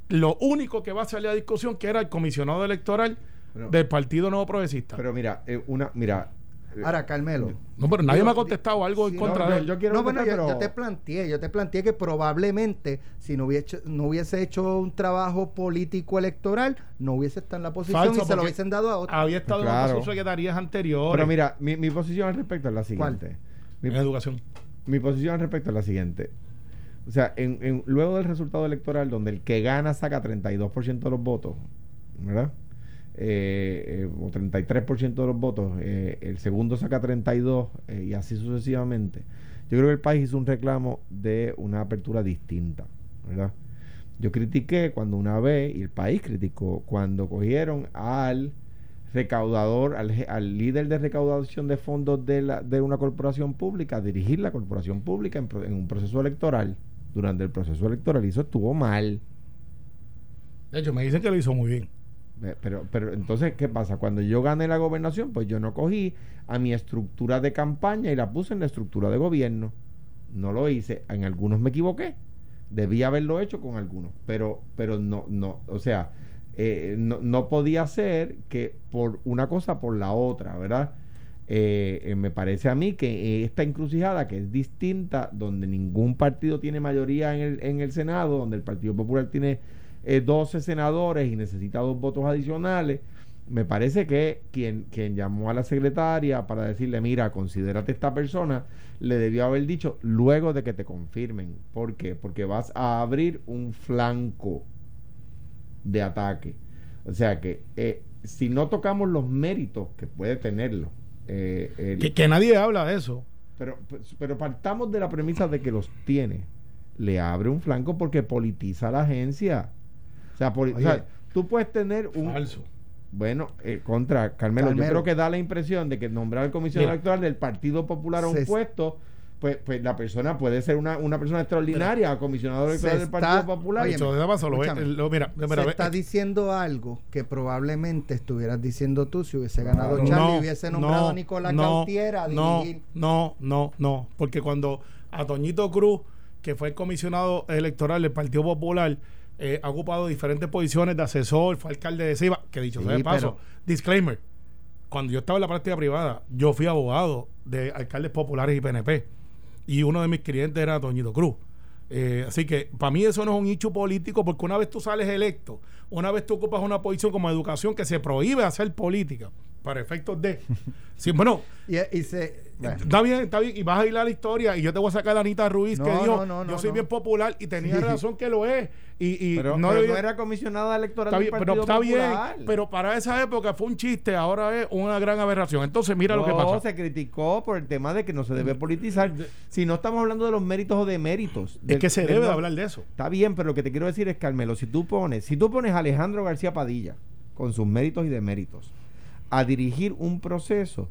D: lo único que va a salir a discusión que era el comisionado electoral
C: Pero-
D: del Partido Nuevo Progresista.
C: Pero mira, eh, una, mira, eh,
B: Ahora, Carmelo.
D: no, pero nadie
C: yo-
D: me ha contestado algo en
B: sí,
D: contra
C: no,
D: de él.
C: yo quiero
B: No, bueno, yo,
C: contestar,
B: yo te
C: pero-
B: planteé, yo te planteé que probablemente si no hubiese, no hubiese hecho un trabajo político electoral, no hubiese estado en la posición
D: Falso,
B: y se lo
D: porque
B: hubiesen dado a otro.
D: Había estado en
C: Claro.
D: otras subsecretarías anteriores
C: pero mira, mi, mi posición al respecto es la
B: ¿Cuál?
C: siguiente.
D: en
C: Mi,
D: educación.
C: mi posición al respecto es la siguiente. O sea, en, en- luego del resultado electoral, donde el que gana saca 32% de los votos, ¿verdad? Eh, eh, o 33% de los votos, eh, el segundo saca 32 eh, y así sucesivamente. Yo creo que el país hizo un reclamo de una apertura distinta, ¿verdad? Yo critiqué cuando una vez, y el país criticó, cuando cogieron al recaudador, al, je- al líder de recaudación de fondos de, la- de una corporación pública, a dirigir la corporación pública en, pro- en un proceso electoral. Durante el proceso electoral, y eso estuvo mal.
D: De hecho, me dicen que lo hizo muy bien.
C: Eh, Pero, pero entonces, ¿qué pasa? Cuando yo gané la gobernación, pues yo no cogí a mi estructura de campaña y la puse en la estructura de gobierno. No lo hice. En algunos me equivoqué. Debía haberlo hecho con algunos. Pero, pero no, no, o sea, eh, no, no podía ser que por una cosa por la otra, ¿verdad? Eh, eh, me parece a mí que esta encrucijada que es distinta, donde ningún partido tiene mayoría en el, en el Senado, donde el Partido Popular tiene eh, 12 senadores y necesita dos votos adicionales, me parece que quien, quien llamó a la secretaria para decirle, mira, considérate esta persona, le debió haber dicho luego de que te confirmen. ¿Por qué? Porque vas a abrir un flanco de ataque. O sea que eh, si no tocamos los méritos que puede tenerlo, eh, el-
D: Que, que nadie habla de eso.
C: pero, pero partamos de la premisa de que los tiene. Le abre un flanco porque politiza la agencia. O sea, poli- o sea,
B: Oye.
C: tú puedes tener un...
D: Falso.
C: Bueno, eh, contra Carmelo, yo
B: Carmelo.
C: creo que da la impresión de que nombrar al comisionado
D: Mira.
C: electoral del Partido Popular a un
B: Se-
C: puesto, pues, pues la persona puede ser una, una persona extraordinaria, comisionado
B: se
C: electoral del
B: está-
C: Partido Popular.
B: oye,
D: Eso de paso, lo, ve-
B: escúchame.
D: lo- mira, mira,
B: se
D: ve-
C: eh,
B: está diciendo algo que probablemente estuvieras diciendo tú si hubiese ganado
D: Claro.
B: Charlie
D: No,
B: hubiese nombrado
D: no,
B: a Nicolás
D: no,
B: Gautier a
D: no,
B: dirigir.
D: No, no, no. Porque cuando a Toñito Cruz, que fue el comisionado electoral del Partido Popular, eh, ha ocupado diferentes posiciones de asesor, fue alcalde de Ciba, que dicho sea de
B: Sí,
D: paso,
B: pero-
D: disclaimer, cuando yo estaba en la práctica privada, yo fui abogado de alcaldes populares y PNP. Y uno de mis clientes era Toñito Cruz. Eh, así que para mí eso no es un hecho político porque una vez tú sales electo, una vez tú ocupas una posición como educación que se prohíbe hacer política para efectos de... Sí, bueno,
B: Y, y se, bueno.
D: Está bien, está bien. Y vas a ir a la historia y yo te voy a sacar a Anita Ruiz que
B: No,
D: dijo,
B: no, no,
D: yo
B: no,
D: soy
B: no.
D: bien popular y tenía
B: Sí.
D: razón que lo es. Y, y
C: pero,
D: no
C: pero
D: debía-
C: no era comisionada electoral
D: Está
C: del
D: bien, pero
C: Partido
D: está bien,
C: Popular.
D: pero para esa época fue un chiste, ahora es una gran aberración. Entonces mira lo que
C: No,
D: pasa.
C: se criticó por el tema de que no se debe politizar. Si no estamos hablando de los méritos o de méritos.
D: es que se debe de hablar de eso.
C: Está bien, pero lo que te quiero decir es, Carmelo, si tú pones, si tú pones a Alejandro García Padilla, con sus méritos y deméritos, a dirigir un proceso,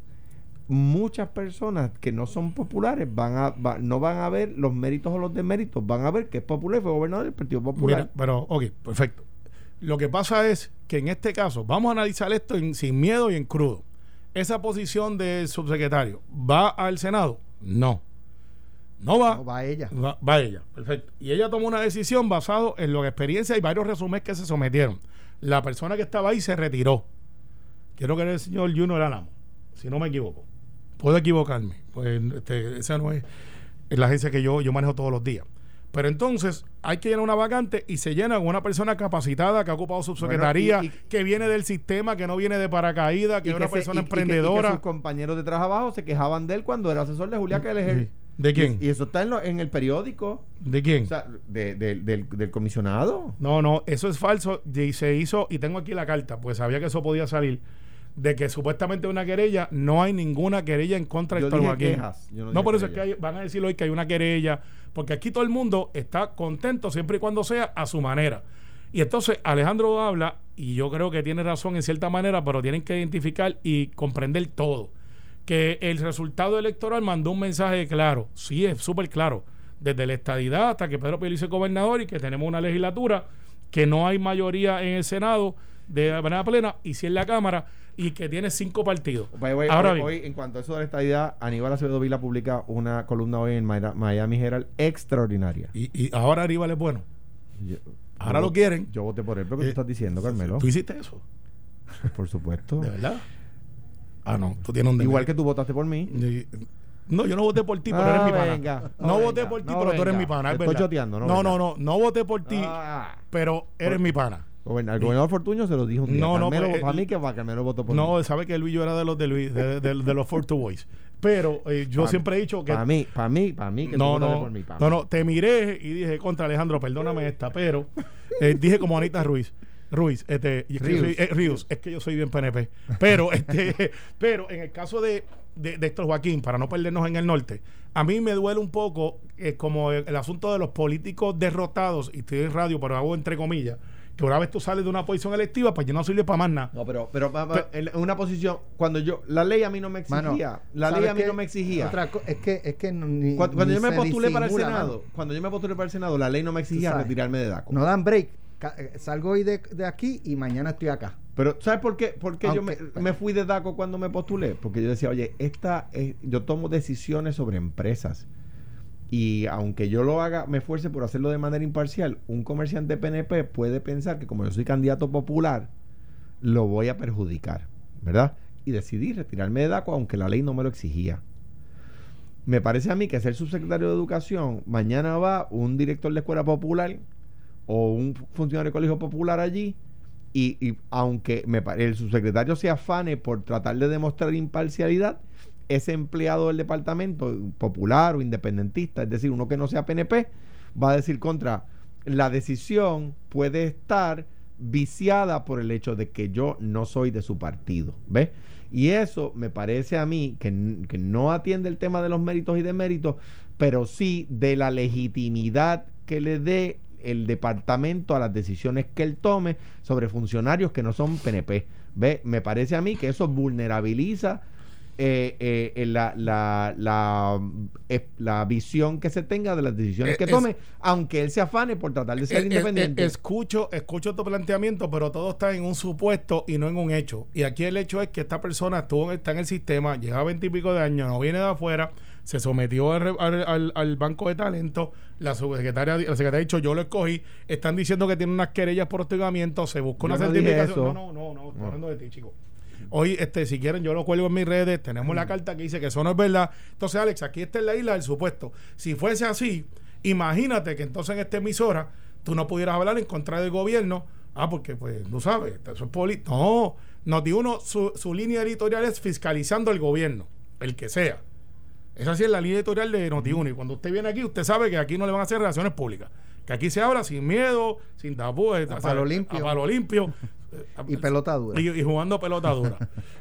C: muchas personas que no son populares van a, va- no van a ver los méritos o los deméritos, van a ver que es popular y fue gobernador del Partido Popular.
D: Mira, pero ok, perfecto. Lo que pasa es que en este caso, vamos a analizar esto en- sin miedo y en crudo. Esa posición del subsecretario, ¿va al Senado? No. No va.
B: no va ella.
D: Va, va ella, perfecto. Y ella tomó una decisión basado en la experiencia y varios resúmenes que se sometieron. La persona que estaba ahí se retiró. Quiero que era el señor Juno Álamo, si no me equivoco. Puedo equivocarme, pues este, esa no es, es la agencia que yo, yo manejo todos los días. Pero entonces hay que llenar una vacante y se llena con una persona capacitada que ha ocupado subsecretaría,
C: Bueno, y-
D: que viene del sistema, que no viene de paracaídas, que
C: Y
D: es una
C: se-
D: persona
C: y- y que- y que
D: emprendedora.
C: sus compañeros de trabajo abajo se quejaban de él cuando era asesor de
D: Mm,
C: Julia Keller.
D: ¿De quién?
C: Y eso está en, lo- en el periódico,
D: ¿De quién?
C: o sea, de- de- del, del comisionado.
D: No, no, eso es falso. Y se hizo, y tengo aquí la carta, pues sabía que eso podía salir, de que supuestamente una querella, no hay ninguna querella en contra de
C: Yo
D: Héctor
C: dije
D: Joaquín.
C: quejas, yo no
D: no,
C: dije
D: por eso es que
C: querella.
D: hay- van a decir hoy que hay una querella, porque aquí todo el mundo está contento siempre y cuando sea a su manera. Y entonces Alejandro habla, y yo creo que tiene razón en cierta manera, pero tienen que identificar y comprender todo. Que el resultado electoral mandó un mensaje claro, sí, es súper claro, desde la estadidad hasta que Pedro Pérez es gobernador y que tenemos una legislatura que no hay mayoría en el Senado de manera plena y sí en la Cámara y que tiene cinco partidos.
C: By the way,
D: Ahora
C: hoy,
D: bien,
C: hoy, en cuanto a eso de la estadidad, Aníbal Acevedo Vila publica una columna hoy en Mayra- Miami Herald extraordinaria.
D: y, y ahora Aníbal es bueno.
C: Yo-
D: Ahora
C: yo
D: lo
C: vo-
D: quieren.
C: Yo voté por él, pero
D: Eh,
C: tú estás diciendo, Carmelo.
D: Tú hiciste eso,
C: Por supuesto.
D: de verdad. Ah, no, tú tienes un deber.
C: Igual que tú votaste por mí.
D: Y- No, yo no voté por ti, pero
C: Ah,
D: eres mi pana.
C: venga,
D: no
C: no
D: voté
C: venga,
D: por ti,
C: no
D: pero tú eres
C: venga.
D: mi pana. es
C: Te estoy
D: verdad.
C: choteando, no
D: no,
C: venga.
D: no, no, no voté por ti,
C: Ah,
D: pero eres mi pana.
C: Goberna- al gobernador Fortuño se lo dijo un día.
D: No, no,
C: Carmelo-
D: pues, eh,
C: para mí que va, Carmelo votó por
D: No,
C: mí.
D: sabe que Luis yo era de los de Luis, de, de- de los Fortu Boys. Pero eh, yo
C: Pa-
D: siempre he dicho que.
C: Para mí, para mí, para mí que tú
D: no,
C: votaste
D: no,
C: por mí, pa'
D: no,
C: mí.
D: no, te miré y dije, contra Alejandro, perdóname esta, pero eh, dije como Anita Ruiz. Ruiz, este, y es que yo soy-
C: Ríos.
D: eh, Ríos, es que yo soy bien PNP. Pero, este, pero en el caso de, de, de Héctor Joaquín, para no perdernos en el norte, a mí me duele un poco eh, como el, el asunto de los políticos derrotados, y estoy en radio, pero hago entre comillas, que una vez tú sales de una posición electiva, pues ya no sirve para más nada.
C: No, pero, pero, pa- pa- en una posición, cuando yo, la ley a mí no me
B: Mano,
C: exigía, la
B: ¿sabes
C: ley a mí
B: qué?
C: no me exigía.
B: Otra co- es que, es que ni-
C: cuando cuando
B: ni
C: yo me
B: se
C: postulé para el
B: disimula,
C: Senado,
B: mano.
C: cuando yo me postulé para el Senado, la ley no me exigía
B: sabes.
C: retirarme de DACO.
B: No dan break. Ca- eh, Salgo hoy de, de aquí y mañana estoy acá.
C: Pero, ¿sabes por qué, por qué yo me,
B: Aunque-
C: me fui de DACO cuando me postulé? Porque yo decía, oye, esta es- yo tomo decisiones sobre empresas. Y aunque yo lo haga, me esfuerce por hacerlo de manera imparcial, un comerciante PNP puede pensar que como yo soy candidato popular, lo voy a perjudicar, ¿verdad? Y decidí retirarme de DACO aunque la ley no me lo exigía. Me parece a mí que ser subsecretario de Educación, mañana va un director de escuela popular o un funcionario de colegio popular allí y, y aunque me, pare- el subsecretario se afane por tratar de demostrar imparcialidad, ese empleado del departamento, popular o independentista, es decir, uno que no sea PNP, va a decir contra, la decisión puede estar viciada por el hecho de que yo no soy de su partido, ¿ves? Y eso me parece a mí que, n- que no atiende el tema de los méritos y deméritos, pero sí de la legitimidad que le dé el departamento a las decisiones que él tome sobre funcionarios que no son PNP. ¿Ve? Me parece a mí que eso vulnerabiliza eh, eh, eh, la, la, la, eh, la visión que se tenga de las decisiones
D: Eh,
C: que
D: es-
C: tome, aunque él se afane por tratar de ser
D: Eh, eh,
C: independiente.
D: eh, escucho, escucho tu planteamiento, pero todo está en un supuesto y no en un hecho. Y aquí el hecho es que esta persona estuvo, está en el sistema, lleva veintipico de años, no viene de afuera, se sometió al, re- al- al- al banco de talento, la subsecretaria, la secretaria ha dicho yo lo escogí, están diciendo que tiene unas querellas por hostigamiento, se buscó
C: Yo
D: una
C: no dije
D: certificación.
C: eso.
D: No, no, no, no, estoy
C: No.
D: hablando de ti, chico. Hoy, este, si quieren, yo lo cuelgo en mis redes. Tenemos la carta que dice que eso no es verdad. Entonces, Alex, aquí está en la isla del supuesto. Si fuese así, imagínate que entonces en esta emisora tú no pudieras hablar en contra del gobierno. Ah, porque, pues, tú sabes, eso es poli. No, Notiuno, su, su línea editorial es fiscalizando al gobierno, el que sea. Esa sí es la línea editorial de Notiuno. Y cuando usted viene aquí, usted sabe que aquí no le van a hacer relaciones públicas. Que aquí se habla sin miedo, sin tabúes.
B: A
D: o sea,
B: palo limpio.
D: A palo limpio. eh,
B: Y pelota dura.
D: Y, y jugando pelota dura.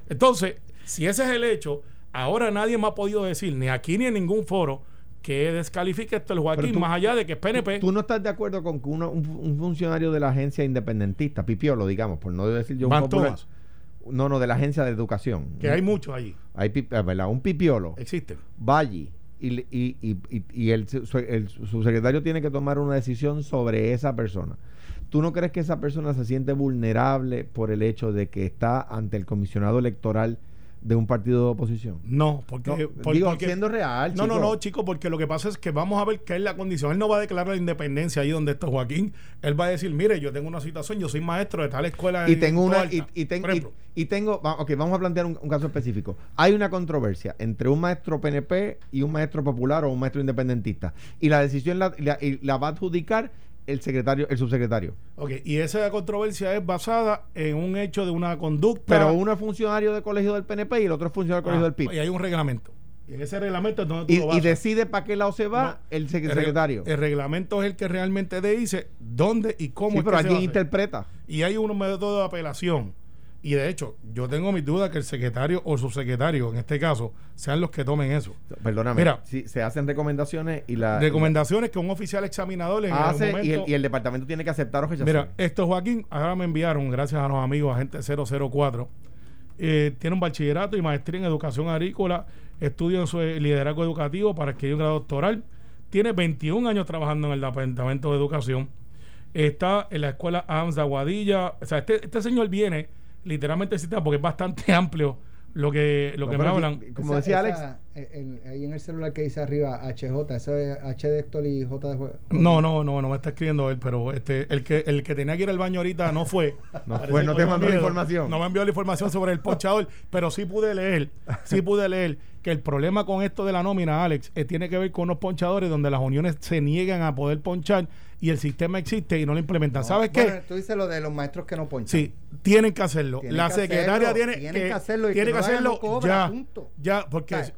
D: Entonces, si ese es el hecho, ahora nadie me ha podido decir, ni aquí ni en ningún foro, que descalifique esto el Joaquín,
C: tú-
D: más allá de que es PNP.
C: Tú no estás de acuerdo con que uno- un, un funcionario de la agencia independentista, Pipiolo, digamos, por no decir yo un
D: Van
C: popular.
D: todas.
C: No, no, de la agencia de educación.
D: que hay muchos allí,
C: Hay pi- eh, ¿verdad? Un pipiolo.
D: existen.
C: va allí y, le- y- y- y- y el, su- su- el subsecretario tiene que tomar una decisión sobre esa persona. ¿Tú no crees que esa persona se siente vulnerable por el hecho de que está ante el comisionado electoral de un partido de oposición?
D: No, porque.
C: No,
D: por-
C: digo,
D: porque-
C: siendo real.
D: No, no,
C: chico.
D: no, chico, porque lo que pasa es que vamos a ver qué es la condición. Él no va a declarar la independencia ahí donde está Joaquín. Él va a decir, mire, yo tengo una situación, yo soy maestro de tal escuela.
C: y
D: en
C: tengo una
D: Toalta",
C: y, y ten-
D: por ejemplo.
C: y- y tengo va- ok vamos a plantear un, un caso específico hay una controversia entre un maestro PNP y un maestro popular o un maestro independentista y la decisión la, la- y la va a adjudicar el secretario el subsecretario
D: Ok, y esa controversia es basada en un hecho de una conducta.
C: pero uno es funcionario de colegio del PNP y el otro es funcionario del colegio
D: Ah,
C: del PIB
D: Y hay un reglamento. Y en ese reglamento es donde tú
C: y,
D: lo
C: y
D: basas.
C: decide para qué lado se va
D: No.
C: el sec-
D: El reg-
C: secretario
D: El, reglamento es el que realmente te dice dónde y cómo
C: sí,
D: es
C: pero
D: que se va
C: alguien
D: a hacer.
C: interpreta
D: Y hay un método de apelación. Y de hecho, yo tengo mis dudas que el secretario o subsecretario, en este caso, sean los que tomen eso.
C: perdóname
D: Mira.
C: si se hacen recomendaciones y la
D: Recomendaciones que un oficial examinador en
C: Ah, hace
D: el momento...
C: y el, y el departamento tiene que aceptar o rechazar
D: Mira, esto Joaquín, ahora me enviaron, gracias a los amigos, agente 004. eh, tiene un bachillerato y maestría en educación agrícola, estudio en su eh, liderazgo educativo para adquirir un grado doctoral. Tiene 21 años trabajando en el Departamento de Educación. Está en la escuela AMS de Aguadilla. O sea, este, este señor viene literalmente cita porque es bastante amplio lo que, lo
C: No,
D: que me
C: pero sí,
D: hablan.
B: Esa-
C: como
B: esa- eh,
C: decía Alex
B: el- el- ahí en el celular que dice arriba HJ, eso es H de Héctor y J de Juan.
D: No, no, no, no me está escribiendo él, pero este, el que, el que tenía que ir al baño ahorita no fue.
C: No
D: Parece
C: fue,
D: que
C: no te
D: cogió
C: mandó la
D: miedo.
C: información.
D: No me envió la información sobre el ponchador, pero sí pude leer, sí pude leer que el problema con esto de la nómina, Alex, eh, tiene que ver con unos ponchadores donde las uniones se niegan a poder ponchar y el sistema existe y no lo implementan. ¿Sabes qué?
B: Bueno, tú dices lo de los maestros que no ponchan.
D: Sí, tienen que hacerlo.
B: Tienen
D: la
B: que
D: secretaria
B: hacerlo,
D: tiene,
B: tienen que hacerlo y que
D: tiene que
B: no lo hagan,
D: hacerlo
B: no cobra,
D: ya.
B: punto.
D: Ya, porque
B: O sea,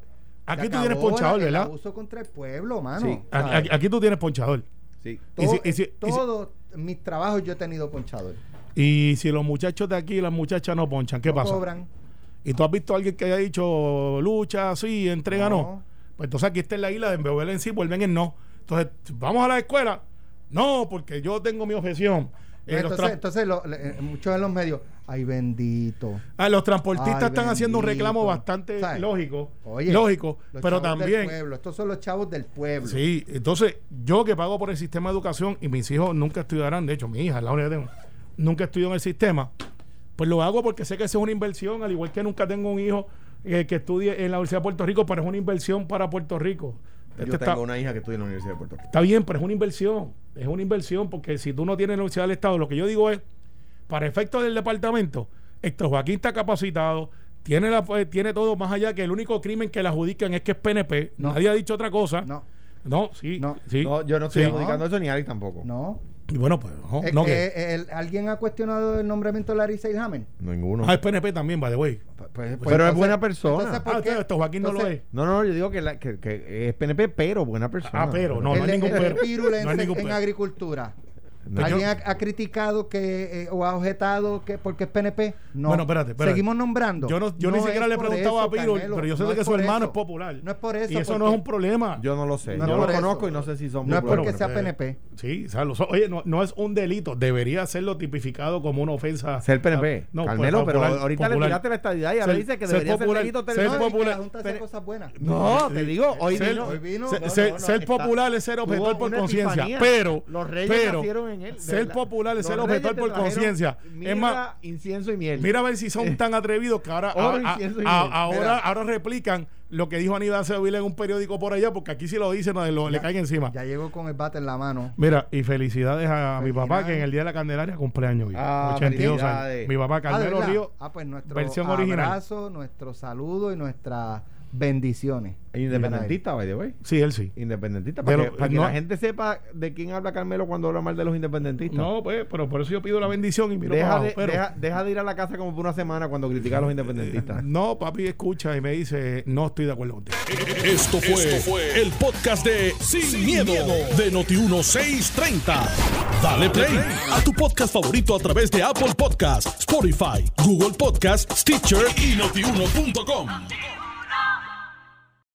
D: aquí
B: Se
D: tú tienes
B: acabó
D: ponchador,
B: la- el
D: ¿verdad?
B: abuso contra el pueblo, mano.
C: Sí.
B: O sea,
D: Aquí, aquí tú tienes ponchador.
C: Sí.
D: y si-
B: todo-
D: y si- y si-
B: todos mis trabajos yo he tenido ponchador.
D: Y si los muchachos de aquí y las muchachas no ponchan, ¿qué
B: No
D: pasa?
B: Cobran.
D: ¿Y tú has visto a alguien que haya dicho lucha, sí, entrega, no?
B: No.
D: Pues entonces aquí está en la isla de envolver en sí, vuelven en no. Entonces, vamos a la escuela. No, porque yo tengo mi objeción. Eh,
B: Pues
D: los
B: entonces,
D: tra-
B: entonces lo- le- eh, muchos de los medios, ay bendito.
D: Ah, los transportistas
B: Ay,
D: están haciendo un reclamo
B: bendito.
D: bastante
B: ¿Sabes?
D: lógico.
B: Oye,
D: lógico,
B: los
D: pero
B: chavos del
D: también.
B: pueblo, estos son los chavos del pueblo.
D: Sí, entonces yo que pago por el sistema de educación y mis hijos nunca estudiarán, de hecho mi hija, la única que tengo, nunca estudió en el sistema, pues lo hago porque sé que eso es una inversión, al igual que nunca tengo un hijo eh, que estudie en la Universidad de Puerto Rico, pero es una inversión para Puerto Rico. Esto
C: Yo
D: este está,
C: tengo una hija que estudia en la Universidad de Puerto Rico.
D: está bien, pero es una inversión, es una inversión porque si tú no tienes la Universidad del Estado, lo que yo digo es, para efectos del departamento, Héctor Joaquín está capacitado. Tiene, la, eh, tiene todo más allá que el único crimen que le adjudican es que es PNP.
B: No.
D: Nadie ha dicho otra cosa.
B: No,
D: No, sí.
B: No.
D: sí.
C: No, yo no estoy
D: Sí.
C: adjudicando eso ni Alex tampoco.
B: no.
D: Y bueno, pues, no,
B: Eh,
D: no que-
B: eh, el- ¿Alguien ha cuestionado el nombramiento de Larissa Ilhamen?
C: Ninguno.
D: Ah, es PNP también, by the way.
B: Pues- pues
C: Pero es buena persona.
B: entonces, ¿por
D: Ah,
B: qué?
D: esto Joaquín no lo
B: Entonces,
D: es.
C: No, no, yo digo que, la- que- que es PNP, pero buena persona. Eh,
D: Ah, pero, no,
B: el-
D: no hay ningún
B: el
D: pero.
B: pirula en
D: No hay
B: se-
D: ningún
B: en
D: pero.
B: agricultura.
C: No.
B: ¿Alguien ha, ha criticado que eh, o ha objetado que porque es PNP? No.
D: Bueno, espérate, espérate.
B: Seguimos nombrando.
D: Yo no- yo ni
B: es
D: siquiera le
B: por
D: preguntaba a Pirul,
B: Carmelo,
D: pero yo sé
B: no
D: que su
B: por
D: hermano
B: eso.
D: es popular.
B: No es por eso.
D: Y eso no
B: porque-
D: es un problema.
C: Yo no lo sé.
B: No es
C: yo lo
B: por eso.
C: conozco y no sé si son
B: No es
C: populares.
B: porque sea
D: Eh,
B: PNP.
D: Sí, o sea, los- oye, no, no es un delito. Debería serlo tipificado como una ofensa.
C: Ser PNP.
D: No,
C: Carmelo,
D: pues,
C: pero
D: popular,
C: ahorita le
D: popular.
C: tiraste la estadidad y ahora
D: Ser-
C: dice que
D: ser
C: debería ser,
D: popular,
C: delito
D: ser
B: No,
C: ter-
B: y que
D: popular.
B: la Junta hace
C: pero-
B: cosas buenas.
C: No, te digo, hoy
D: Ser-
C: vino.
B: hoy vino,
D: ser-
B: no,
D: ser-
B: no, no,
D: ser
B: está-
D: popular es ser objetor
C: Tuvo
D: por
C: una
D: conciencia.
C: epifanía.
D: Pero,
C: los reyes
D: pero,
C: nacieron en él. de
D: ser
C: verdad.
D: popular es
C: Los
D: ser
C: reyes
D: objetor
C: te
D: por
C: trajeron
D: conciencia. Es
C: mirra,
D: más,
C: incienso y miel.
D: Mira a ver si
B: Eh.
D: son tan atrevidos que ahora,
C: Oro,
D: a- a-
C: incienso y
D: a-
C: miel.
D: ahora,
B: Mira.
D: ahora replican lo que dijo Aníbal Sevilla en un periódico por allá, porque aquí si lo dicen lo- lo- le caen encima.
B: Ya llegó con el bate en la mano.
D: Mira, y felicidades a mi
B: Felicidades.
D: papá que en el día de la Candelaria cumpleaños hoy.
C: Ah,
D: 82 años.
C: felicidades.
D: Mi papá
B: Ah, ¿de
D: Carmelo
B: verdad?
D: Río,
B: Ah, pues nuestro
D: versión original.
B: abrazo, nuestro saludo y nuestras bendiciones.
C: Independentista, by the way.
D: Sí, él sí.
C: Independentista.
D: De
C: Para,
D: lo-
C: que, para que
D: no-
C: la gente sepa de quién habla Carmelo cuando habla mal de los independentistas.
D: No, pues, pero por eso yo pido la bendición y miro para
C: deja,
D: abajo,
C: de,
D: pero-
C: deja- deja de ir a la casa como por una semana cuando critica a
D: Eh,
C: los independentistas.
D: No, papi escucha y me dice, no estoy de acuerdo contigo.
A: Esto fue, el podcast de Sin, miedo, de Noti1630. Dale play, a tu podcast favorito a través de Apple Podcasts, Spotify, Google Podcasts, Stitcher y notiuno.com.